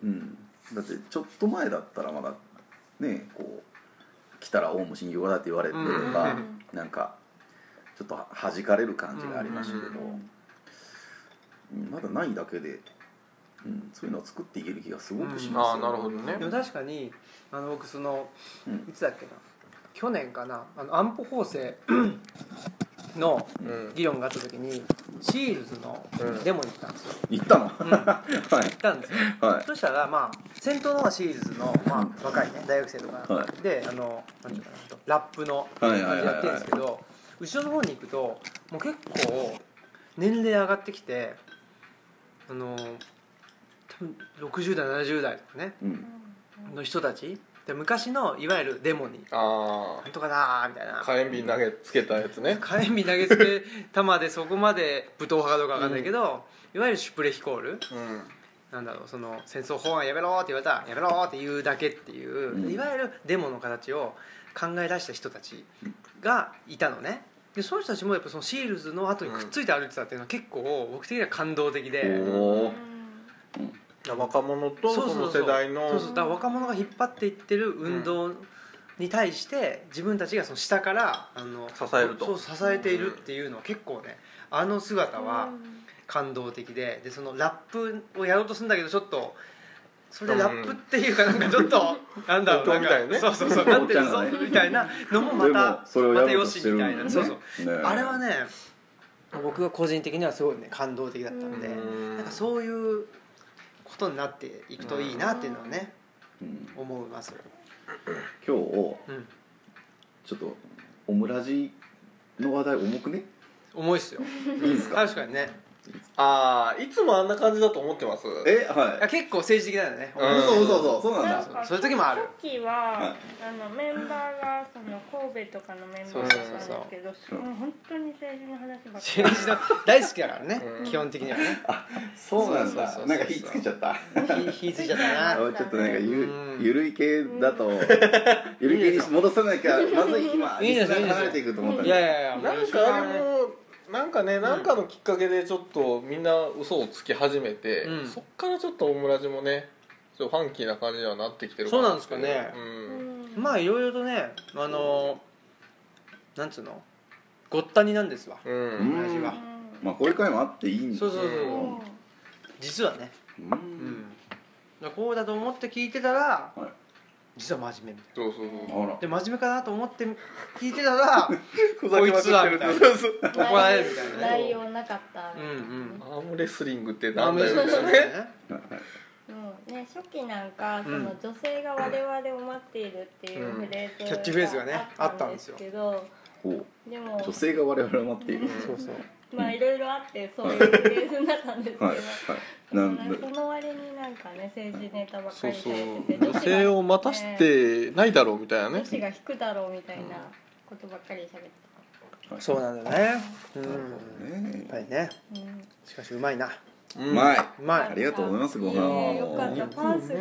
Speaker 5: う
Speaker 4: うん
Speaker 2: うん、だってちょっと前だったらまだねこう来たらオウム真理教だって言われてとか、
Speaker 4: うん
Speaker 2: なんかちょっと弾かれる感じがありましたけど、うんまだないだけで、うん、そういうのを作っていける気がすごくし
Speaker 5: あ
Speaker 2: ま
Speaker 5: あ
Speaker 2: す
Speaker 5: なるほ
Speaker 2: ど、
Speaker 5: どね
Speaker 1: でも確かにあの僕その
Speaker 2: うん
Speaker 1: いつだっけな去年かなあの安保法制の
Speaker 5: うん
Speaker 1: 議論があった時にシールズの
Speaker 5: うん
Speaker 1: デモに行ったんですよ、
Speaker 2: 行ったの、
Speaker 1: ん
Speaker 2: は
Speaker 1: 行ったんですよ
Speaker 2: いは
Speaker 1: そしたらまあ先頭のはシールズの、ま
Speaker 2: うん
Speaker 1: あ、若いね大学生とか、
Speaker 2: は
Speaker 1: であのなんていうのかなラップの
Speaker 2: はいはいはいはい
Speaker 1: やってるんですけど、後ろの方に行くともう結構年齢上がってきてあの多分60代70代とかね
Speaker 2: うん
Speaker 1: の人たちで昔のいわゆるデモに「
Speaker 5: あ
Speaker 1: なんとかだ」みたいな
Speaker 5: あ火炎瓶投げつけたやつね
Speaker 1: 火炎瓶投げつけ玉でそこまで武闘派かどうかわかんないけど、いわゆるシュプレヒコール
Speaker 5: うん
Speaker 1: なんだろうその戦争法案やめろって言われたらやめろって言うだけっていう、
Speaker 2: うん
Speaker 1: いわゆるデモの形を考え出した人たちがいたのねでその人たちもやっぱそのシールズの後にくっついて歩いてたっていうのは結構僕的には感動的で、
Speaker 2: おお
Speaker 5: 若者とその世代の
Speaker 1: そうそうだから若者が引っ張っていってる運動に対して自分たちがその下からあの
Speaker 5: 支えると
Speaker 1: そう支えているっていうのは結構ねあの姿は感動的ででそのラップをやろうとするんだけどちょっとそれでラップっていうかなんかちょっ となんだろう
Speaker 5: 音響みたいなね
Speaker 1: んかそうそうそうなんていうの
Speaker 2: お茶がね
Speaker 1: そうみたいなのもま
Speaker 2: で
Speaker 1: た
Speaker 2: もそれを
Speaker 1: ま
Speaker 2: や
Speaker 1: た
Speaker 2: ろう
Speaker 1: よ
Speaker 2: と
Speaker 1: し
Speaker 2: してる
Speaker 1: み
Speaker 2: んだ
Speaker 1: たいな、
Speaker 2: よね
Speaker 1: そうそう
Speaker 2: ね
Speaker 1: あれはね僕が個人的にはすごいね感動的だったんで、
Speaker 5: うん
Speaker 1: なんかそういうことになっていくといいなっていうのはね、
Speaker 2: うん
Speaker 1: 思います、
Speaker 2: 今日
Speaker 1: うん、
Speaker 2: ちょっとオムラジの話題重くね
Speaker 1: 重いっすよ
Speaker 2: いいですか
Speaker 1: 確かにね
Speaker 5: ああいつもあんな感じだと思ってます
Speaker 2: えはい
Speaker 1: あ結構政治的なんだね、
Speaker 5: うん
Speaker 2: そうそうそうそうなんだ
Speaker 1: そうそういう時もある
Speaker 4: 時は、
Speaker 2: い
Speaker 4: あのメンバーがその神戸とかのメンバーだったんですけど
Speaker 2: そうそうそう
Speaker 4: もう本当に政治の話ばっかり
Speaker 1: 政治の大好きだからね、
Speaker 5: うん
Speaker 1: 基本的にはね
Speaker 2: そうなん
Speaker 1: そ
Speaker 2: だ
Speaker 1: うそうそうそう
Speaker 2: なんか火つけちゃった
Speaker 1: ひ火ついちゃったな
Speaker 2: あちょっとなんかゆ
Speaker 1: うん
Speaker 2: ゆるい系だとゆるい系に戻さなきゃまずい今
Speaker 1: いい
Speaker 2: リ
Speaker 1: です
Speaker 2: スナーが離れていくと思ったん
Speaker 1: い
Speaker 2: で
Speaker 1: やいやいや
Speaker 5: なんかあれもなんかねなんかのきっかけでちょっとみんな嘘をつき始めて、
Speaker 1: うん
Speaker 5: そっからちょっとオムラジもねちょっとファンキーな感じにはなってきてる
Speaker 1: そうなんですかね
Speaker 5: うん
Speaker 4: うん
Speaker 1: まあいろいろとねあのーなんつうのごったになんですわ
Speaker 5: うん、
Speaker 2: う
Speaker 5: うん
Speaker 2: ん
Speaker 1: は
Speaker 2: まあこういう回もあっていいんだ
Speaker 1: そうそうそう
Speaker 4: う
Speaker 1: そうん実はね、
Speaker 2: う
Speaker 1: うんん、だからこうだと思って聞いてたら
Speaker 2: はい
Speaker 1: 実は真面目みたい
Speaker 5: そうそう
Speaker 2: あ
Speaker 5: そ
Speaker 2: ら
Speaker 1: なで真面目かなと思って聞いてた ら
Speaker 5: うふざけまくってる
Speaker 1: こいつ
Speaker 5: そうそう
Speaker 1: 怒られるみたいなね
Speaker 4: 内容なかった
Speaker 1: うんうん
Speaker 5: アームレスリングってな
Speaker 1: ダ
Speaker 5: ん
Speaker 1: メ
Speaker 5: だ
Speaker 1: で
Speaker 5: よ
Speaker 1: す
Speaker 5: みた
Speaker 1: よ
Speaker 5: いな
Speaker 1: ね
Speaker 4: もうね初期なんかそ
Speaker 1: うん
Speaker 4: の女性が我々を待っているっていうフレーズ
Speaker 1: うんキャッチフレーズがね
Speaker 4: けど
Speaker 2: ほう
Speaker 4: でも
Speaker 2: 女性が我々を待っている
Speaker 5: うん
Speaker 1: そうそう
Speaker 4: まあいろいろあってそういうフレーズになったんですけど
Speaker 2: はいはいな
Speaker 4: なん
Speaker 2: ん
Speaker 4: か
Speaker 2: だ
Speaker 4: その割になんかね政治ネタばっか
Speaker 5: そう
Speaker 4: り
Speaker 5: そ
Speaker 4: さ
Speaker 5: う
Speaker 4: れてて
Speaker 5: 女性を待たせてないだろうみたいな
Speaker 4: 女
Speaker 5: ね
Speaker 4: 子が引くだろうみたいなことばっかり喋って
Speaker 1: そうなんだよねうんやっ
Speaker 2: ね
Speaker 1: ぱりね
Speaker 4: た、うん
Speaker 1: しかしうまいな
Speaker 5: う
Speaker 2: うんまい
Speaker 1: うんうま
Speaker 2: ありがとうございますご飯
Speaker 4: ねえよかったパンすごい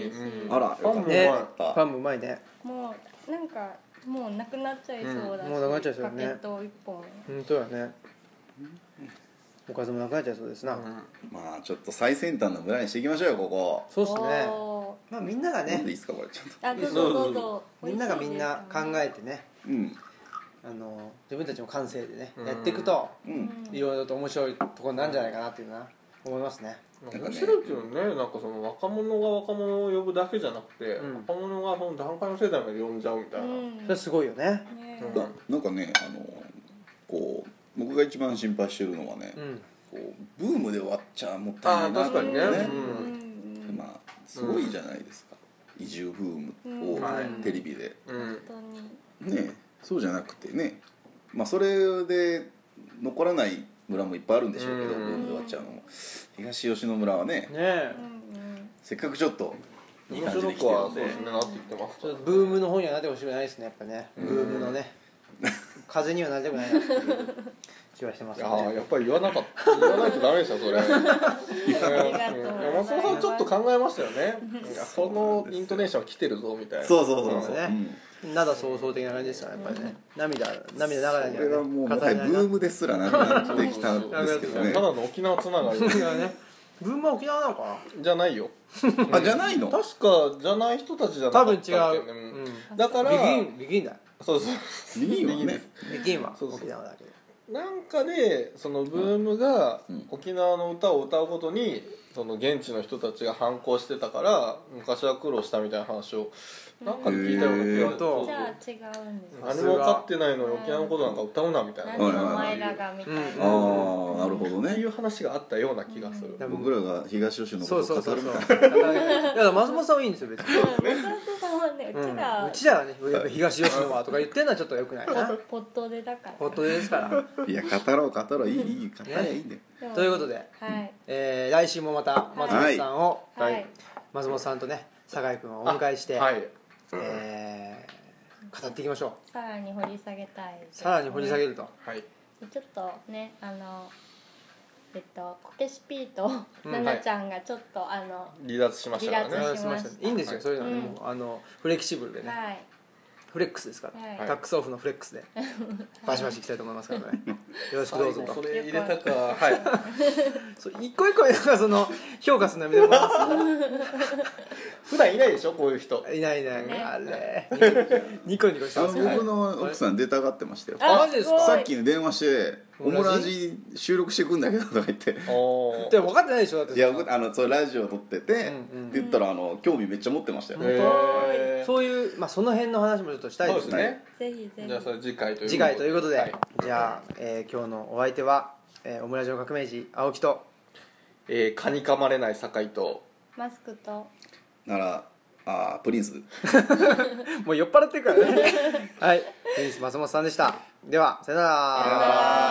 Speaker 4: 美味しい、
Speaker 5: うん
Speaker 2: あら
Speaker 5: パンもうまい
Speaker 1: ね
Speaker 2: よかっ
Speaker 1: パ
Speaker 2: た
Speaker 1: ンもうまいね
Speaker 4: もうなんかもうなくなっちゃいそうだし、
Speaker 1: うんもうなくなっちゃいそうだ
Speaker 4: バ
Speaker 1: ね
Speaker 4: ケット一本
Speaker 1: 本当だねおかずもなくなっちゃいそうですな、
Speaker 2: まあちょっと最先端の村にしていきましょうよここ
Speaker 1: そうっすね
Speaker 4: お
Speaker 1: まあみんなが
Speaker 2: 飲んでい
Speaker 1: ね
Speaker 2: いですかこれちょっと
Speaker 4: ーあどうぞどうぞ
Speaker 1: みんながみんな考えてね
Speaker 2: うん
Speaker 1: あの自分たちの感性でね
Speaker 5: うん
Speaker 1: やっていくと
Speaker 2: う
Speaker 4: うんん
Speaker 1: いろいろと面白いところなんじゃないかなっていうのは思いますね
Speaker 2: なんかね
Speaker 5: 面白いけどねなんかその若者が若者を呼ぶだけじゃなくて、
Speaker 1: うん
Speaker 5: 若者がその段階の世代まで呼んじゃうみたいな、
Speaker 1: それはすごいよね
Speaker 4: うんね
Speaker 5: うん
Speaker 2: ななんかねあのこう僕が一番心配してるのはね、
Speaker 1: うん
Speaker 2: こうブームで終わっちゃもったいないな
Speaker 5: あー確かにね
Speaker 2: っ
Speaker 4: う
Speaker 2: て
Speaker 5: うん
Speaker 4: んうん
Speaker 2: まあすごいじゃないですか、移住ブームを、
Speaker 4: うん
Speaker 5: はい
Speaker 2: テレビで
Speaker 5: うん
Speaker 4: 本当に
Speaker 2: ねそうじゃなくてねまあそれで残らない村もいっぱいあるんでしょうけど、
Speaker 5: うん
Speaker 2: ブームで終わっちゃうのも東吉野村はね
Speaker 1: ねえ
Speaker 4: うんうん
Speaker 2: せっかくちょっといい
Speaker 5: 面
Speaker 2: 感じ
Speaker 5: 白
Speaker 2: で来
Speaker 5: く
Speaker 2: てる
Speaker 5: はそ
Speaker 2: ん
Speaker 5: う
Speaker 2: で
Speaker 5: ですねなって言ってます
Speaker 1: ちょっとブームの本にはなってほしくないですねやっぱねブームのね風にはなりたくないなっていう気はしてます
Speaker 5: ああ
Speaker 1: よ
Speaker 5: や
Speaker 1: ね
Speaker 5: っぱり言わなかった言わないとダメでしたそれ
Speaker 4: がとうございます
Speaker 5: 山本さんちょっと考えましたよねいやこのイントネーション来てるぞみたいな
Speaker 2: そうそうそう
Speaker 1: そ
Speaker 2: そうう、
Speaker 1: ね
Speaker 2: うん
Speaker 1: なだ想像的な感じですよねやっぱりね涙涙ながらに
Speaker 2: こ
Speaker 1: はね
Speaker 2: れはもうも
Speaker 1: 語
Speaker 2: は
Speaker 1: れ
Speaker 2: や
Speaker 1: な
Speaker 2: ブ
Speaker 1: いな
Speaker 2: ームですらなくなってきたんですけどね
Speaker 5: ただの沖縄つながり
Speaker 1: そうだねブームは沖縄なのか
Speaker 5: じゃないよ
Speaker 2: あじゃないの
Speaker 5: 確かじゃない人たちじゃ
Speaker 1: な
Speaker 5: なか
Speaker 1: 多
Speaker 5: った
Speaker 1: 分
Speaker 5: っ
Speaker 1: 違
Speaker 5: け
Speaker 1: う、
Speaker 5: ね
Speaker 1: うん、
Speaker 5: だから
Speaker 1: ビギンビギンだ
Speaker 5: そうそう
Speaker 2: いいわね
Speaker 1: ビギンは
Speaker 5: そうそう
Speaker 1: 沖縄だけど
Speaker 5: なんかでそのブームが
Speaker 2: うん
Speaker 5: 沖縄の歌を歌うことにその現地の人たちが反抗してたから昔は苦労したみたいな話をなんかで聞いたような気が
Speaker 2: へー
Speaker 5: そう
Speaker 4: じゃあ違うんです
Speaker 5: 何も分かってないのに沖縄のことなんか歌うなみたい
Speaker 4: 何
Speaker 5: なっ
Speaker 4: でお前らがみたいな、
Speaker 2: ああなるほど
Speaker 5: てい
Speaker 2: ね
Speaker 5: う話があったような気がする
Speaker 1: だ
Speaker 2: 僕らが東吉野の
Speaker 1: そう
Speaker 2: こ
Speaker 1: そう
Speaker 2: とを
Speaker 1: そ
Speaker 2: 語
Speaker 1: う
Speaker 2: る
Speaker 1: そう
Speaker 2: みたい
Speaker 1: だから松本さんはいいんですよ別に
Speaker 4: 松本さんまあねうちら、
Speaker 1: うちらはねやっぱ東吉野はとか言ってんのはちょっとよくないな
Speaker 4: ポットでだから
Speaker 1: 本当ですから
Speaker 2: いや語ろう語ろういいいい語りゃいいんだよ
Speaker 4: でも
Speaker 1: ということで、
Speaker 4: はい
Speaker 1: えー来週もまた松本さんを、
Speaker 4: はい、
Speaker 5: はい
Speaker 1: 松本さんとね酒井君をお迎えして、
Speaker 5: はい
Speaker 1: えー語っていきましょう
Speaker 4: さらに掘り下げたいですね
Speaker 1: さらに掘り下げると、
Speaker 5: はい
Speaker 4: ちょっとねあのえっとこけしピーと
Speaker 1: うん
Speaker 4: ななちゃんがちょっと、あの
Speaker 5: 離脱しましたからね
Speaker 4: 離脱
Speaker 1: すみませんいいんですよ、
Speaker 5: はい
Speaker 1: そういうのはね、
Speaker 4: うん
Speaker 1: もうあのフレキシブルでね、
Speaker 4: はい
Speaker 1: フレックスですから、
Speaker 4: はい
Speaker 1: タックスオフのフレックスでバシバシいきたいと思いますからねよろしくど
Speaker 5: 最
Speaker 1: うぞ
Speaker 5: 後そ
Speaker 1: と
Speaker 5: れ入れたかは
Speaker 1: そう一個一個なんかその評価するのやめてもらっ
Speaker 5: い普段いないでしょこういう人
Speaker 1: ていないいない、
Speaker 4: ね
Speaker 1: あれ ニコニコして
Speaker 2: あ
Speaker 1: ますね
Speaker 2: 僕の奥さん出たがってましたよ
Speaker 1: あマジですか
Speaker 4: ごい
Speaker 2: さっき電話して「オ
Speaker 1: オ
Speaker 2: ム
Speaker 1: ム
Speaker 2: ラ
Speaker 1: ラ
Speaker 2: ジ収録してくんだけど」とか言って
Speaker 5: お
Speaker 1: でも分かってないでしょだって
Speaker 2: いや僕あのそうラジオ撮ってて、
Speaker 1: うんうん
Speaker 2: って言ったらあの興味めっちゃ持ってましたよ、
Speaker 1: うんそういう、まあ、その辺の話もちょっとしたい
Speaker 5: そう
Speaker 1: で
Speaker 5: ですす
Speaker 1: ね
Speaker 5: ね
Speaker 4: ぜひぜひ
Speaker 5: じゃあそれ次回という
Speaker 1: 次回ということで、
Speaker 5: はい
Speaker 1: じゃあ、えー今日のお相手は、えー、オムラジオ革命児青木と
Speaker 5: えー蚊に噛まれない酒井と
Speaker 4: マスクと
Speaker 2: ならあープリンス
Speaker 1: もう酔っ払ってるからねはいテニス松本さんでしたではさよなら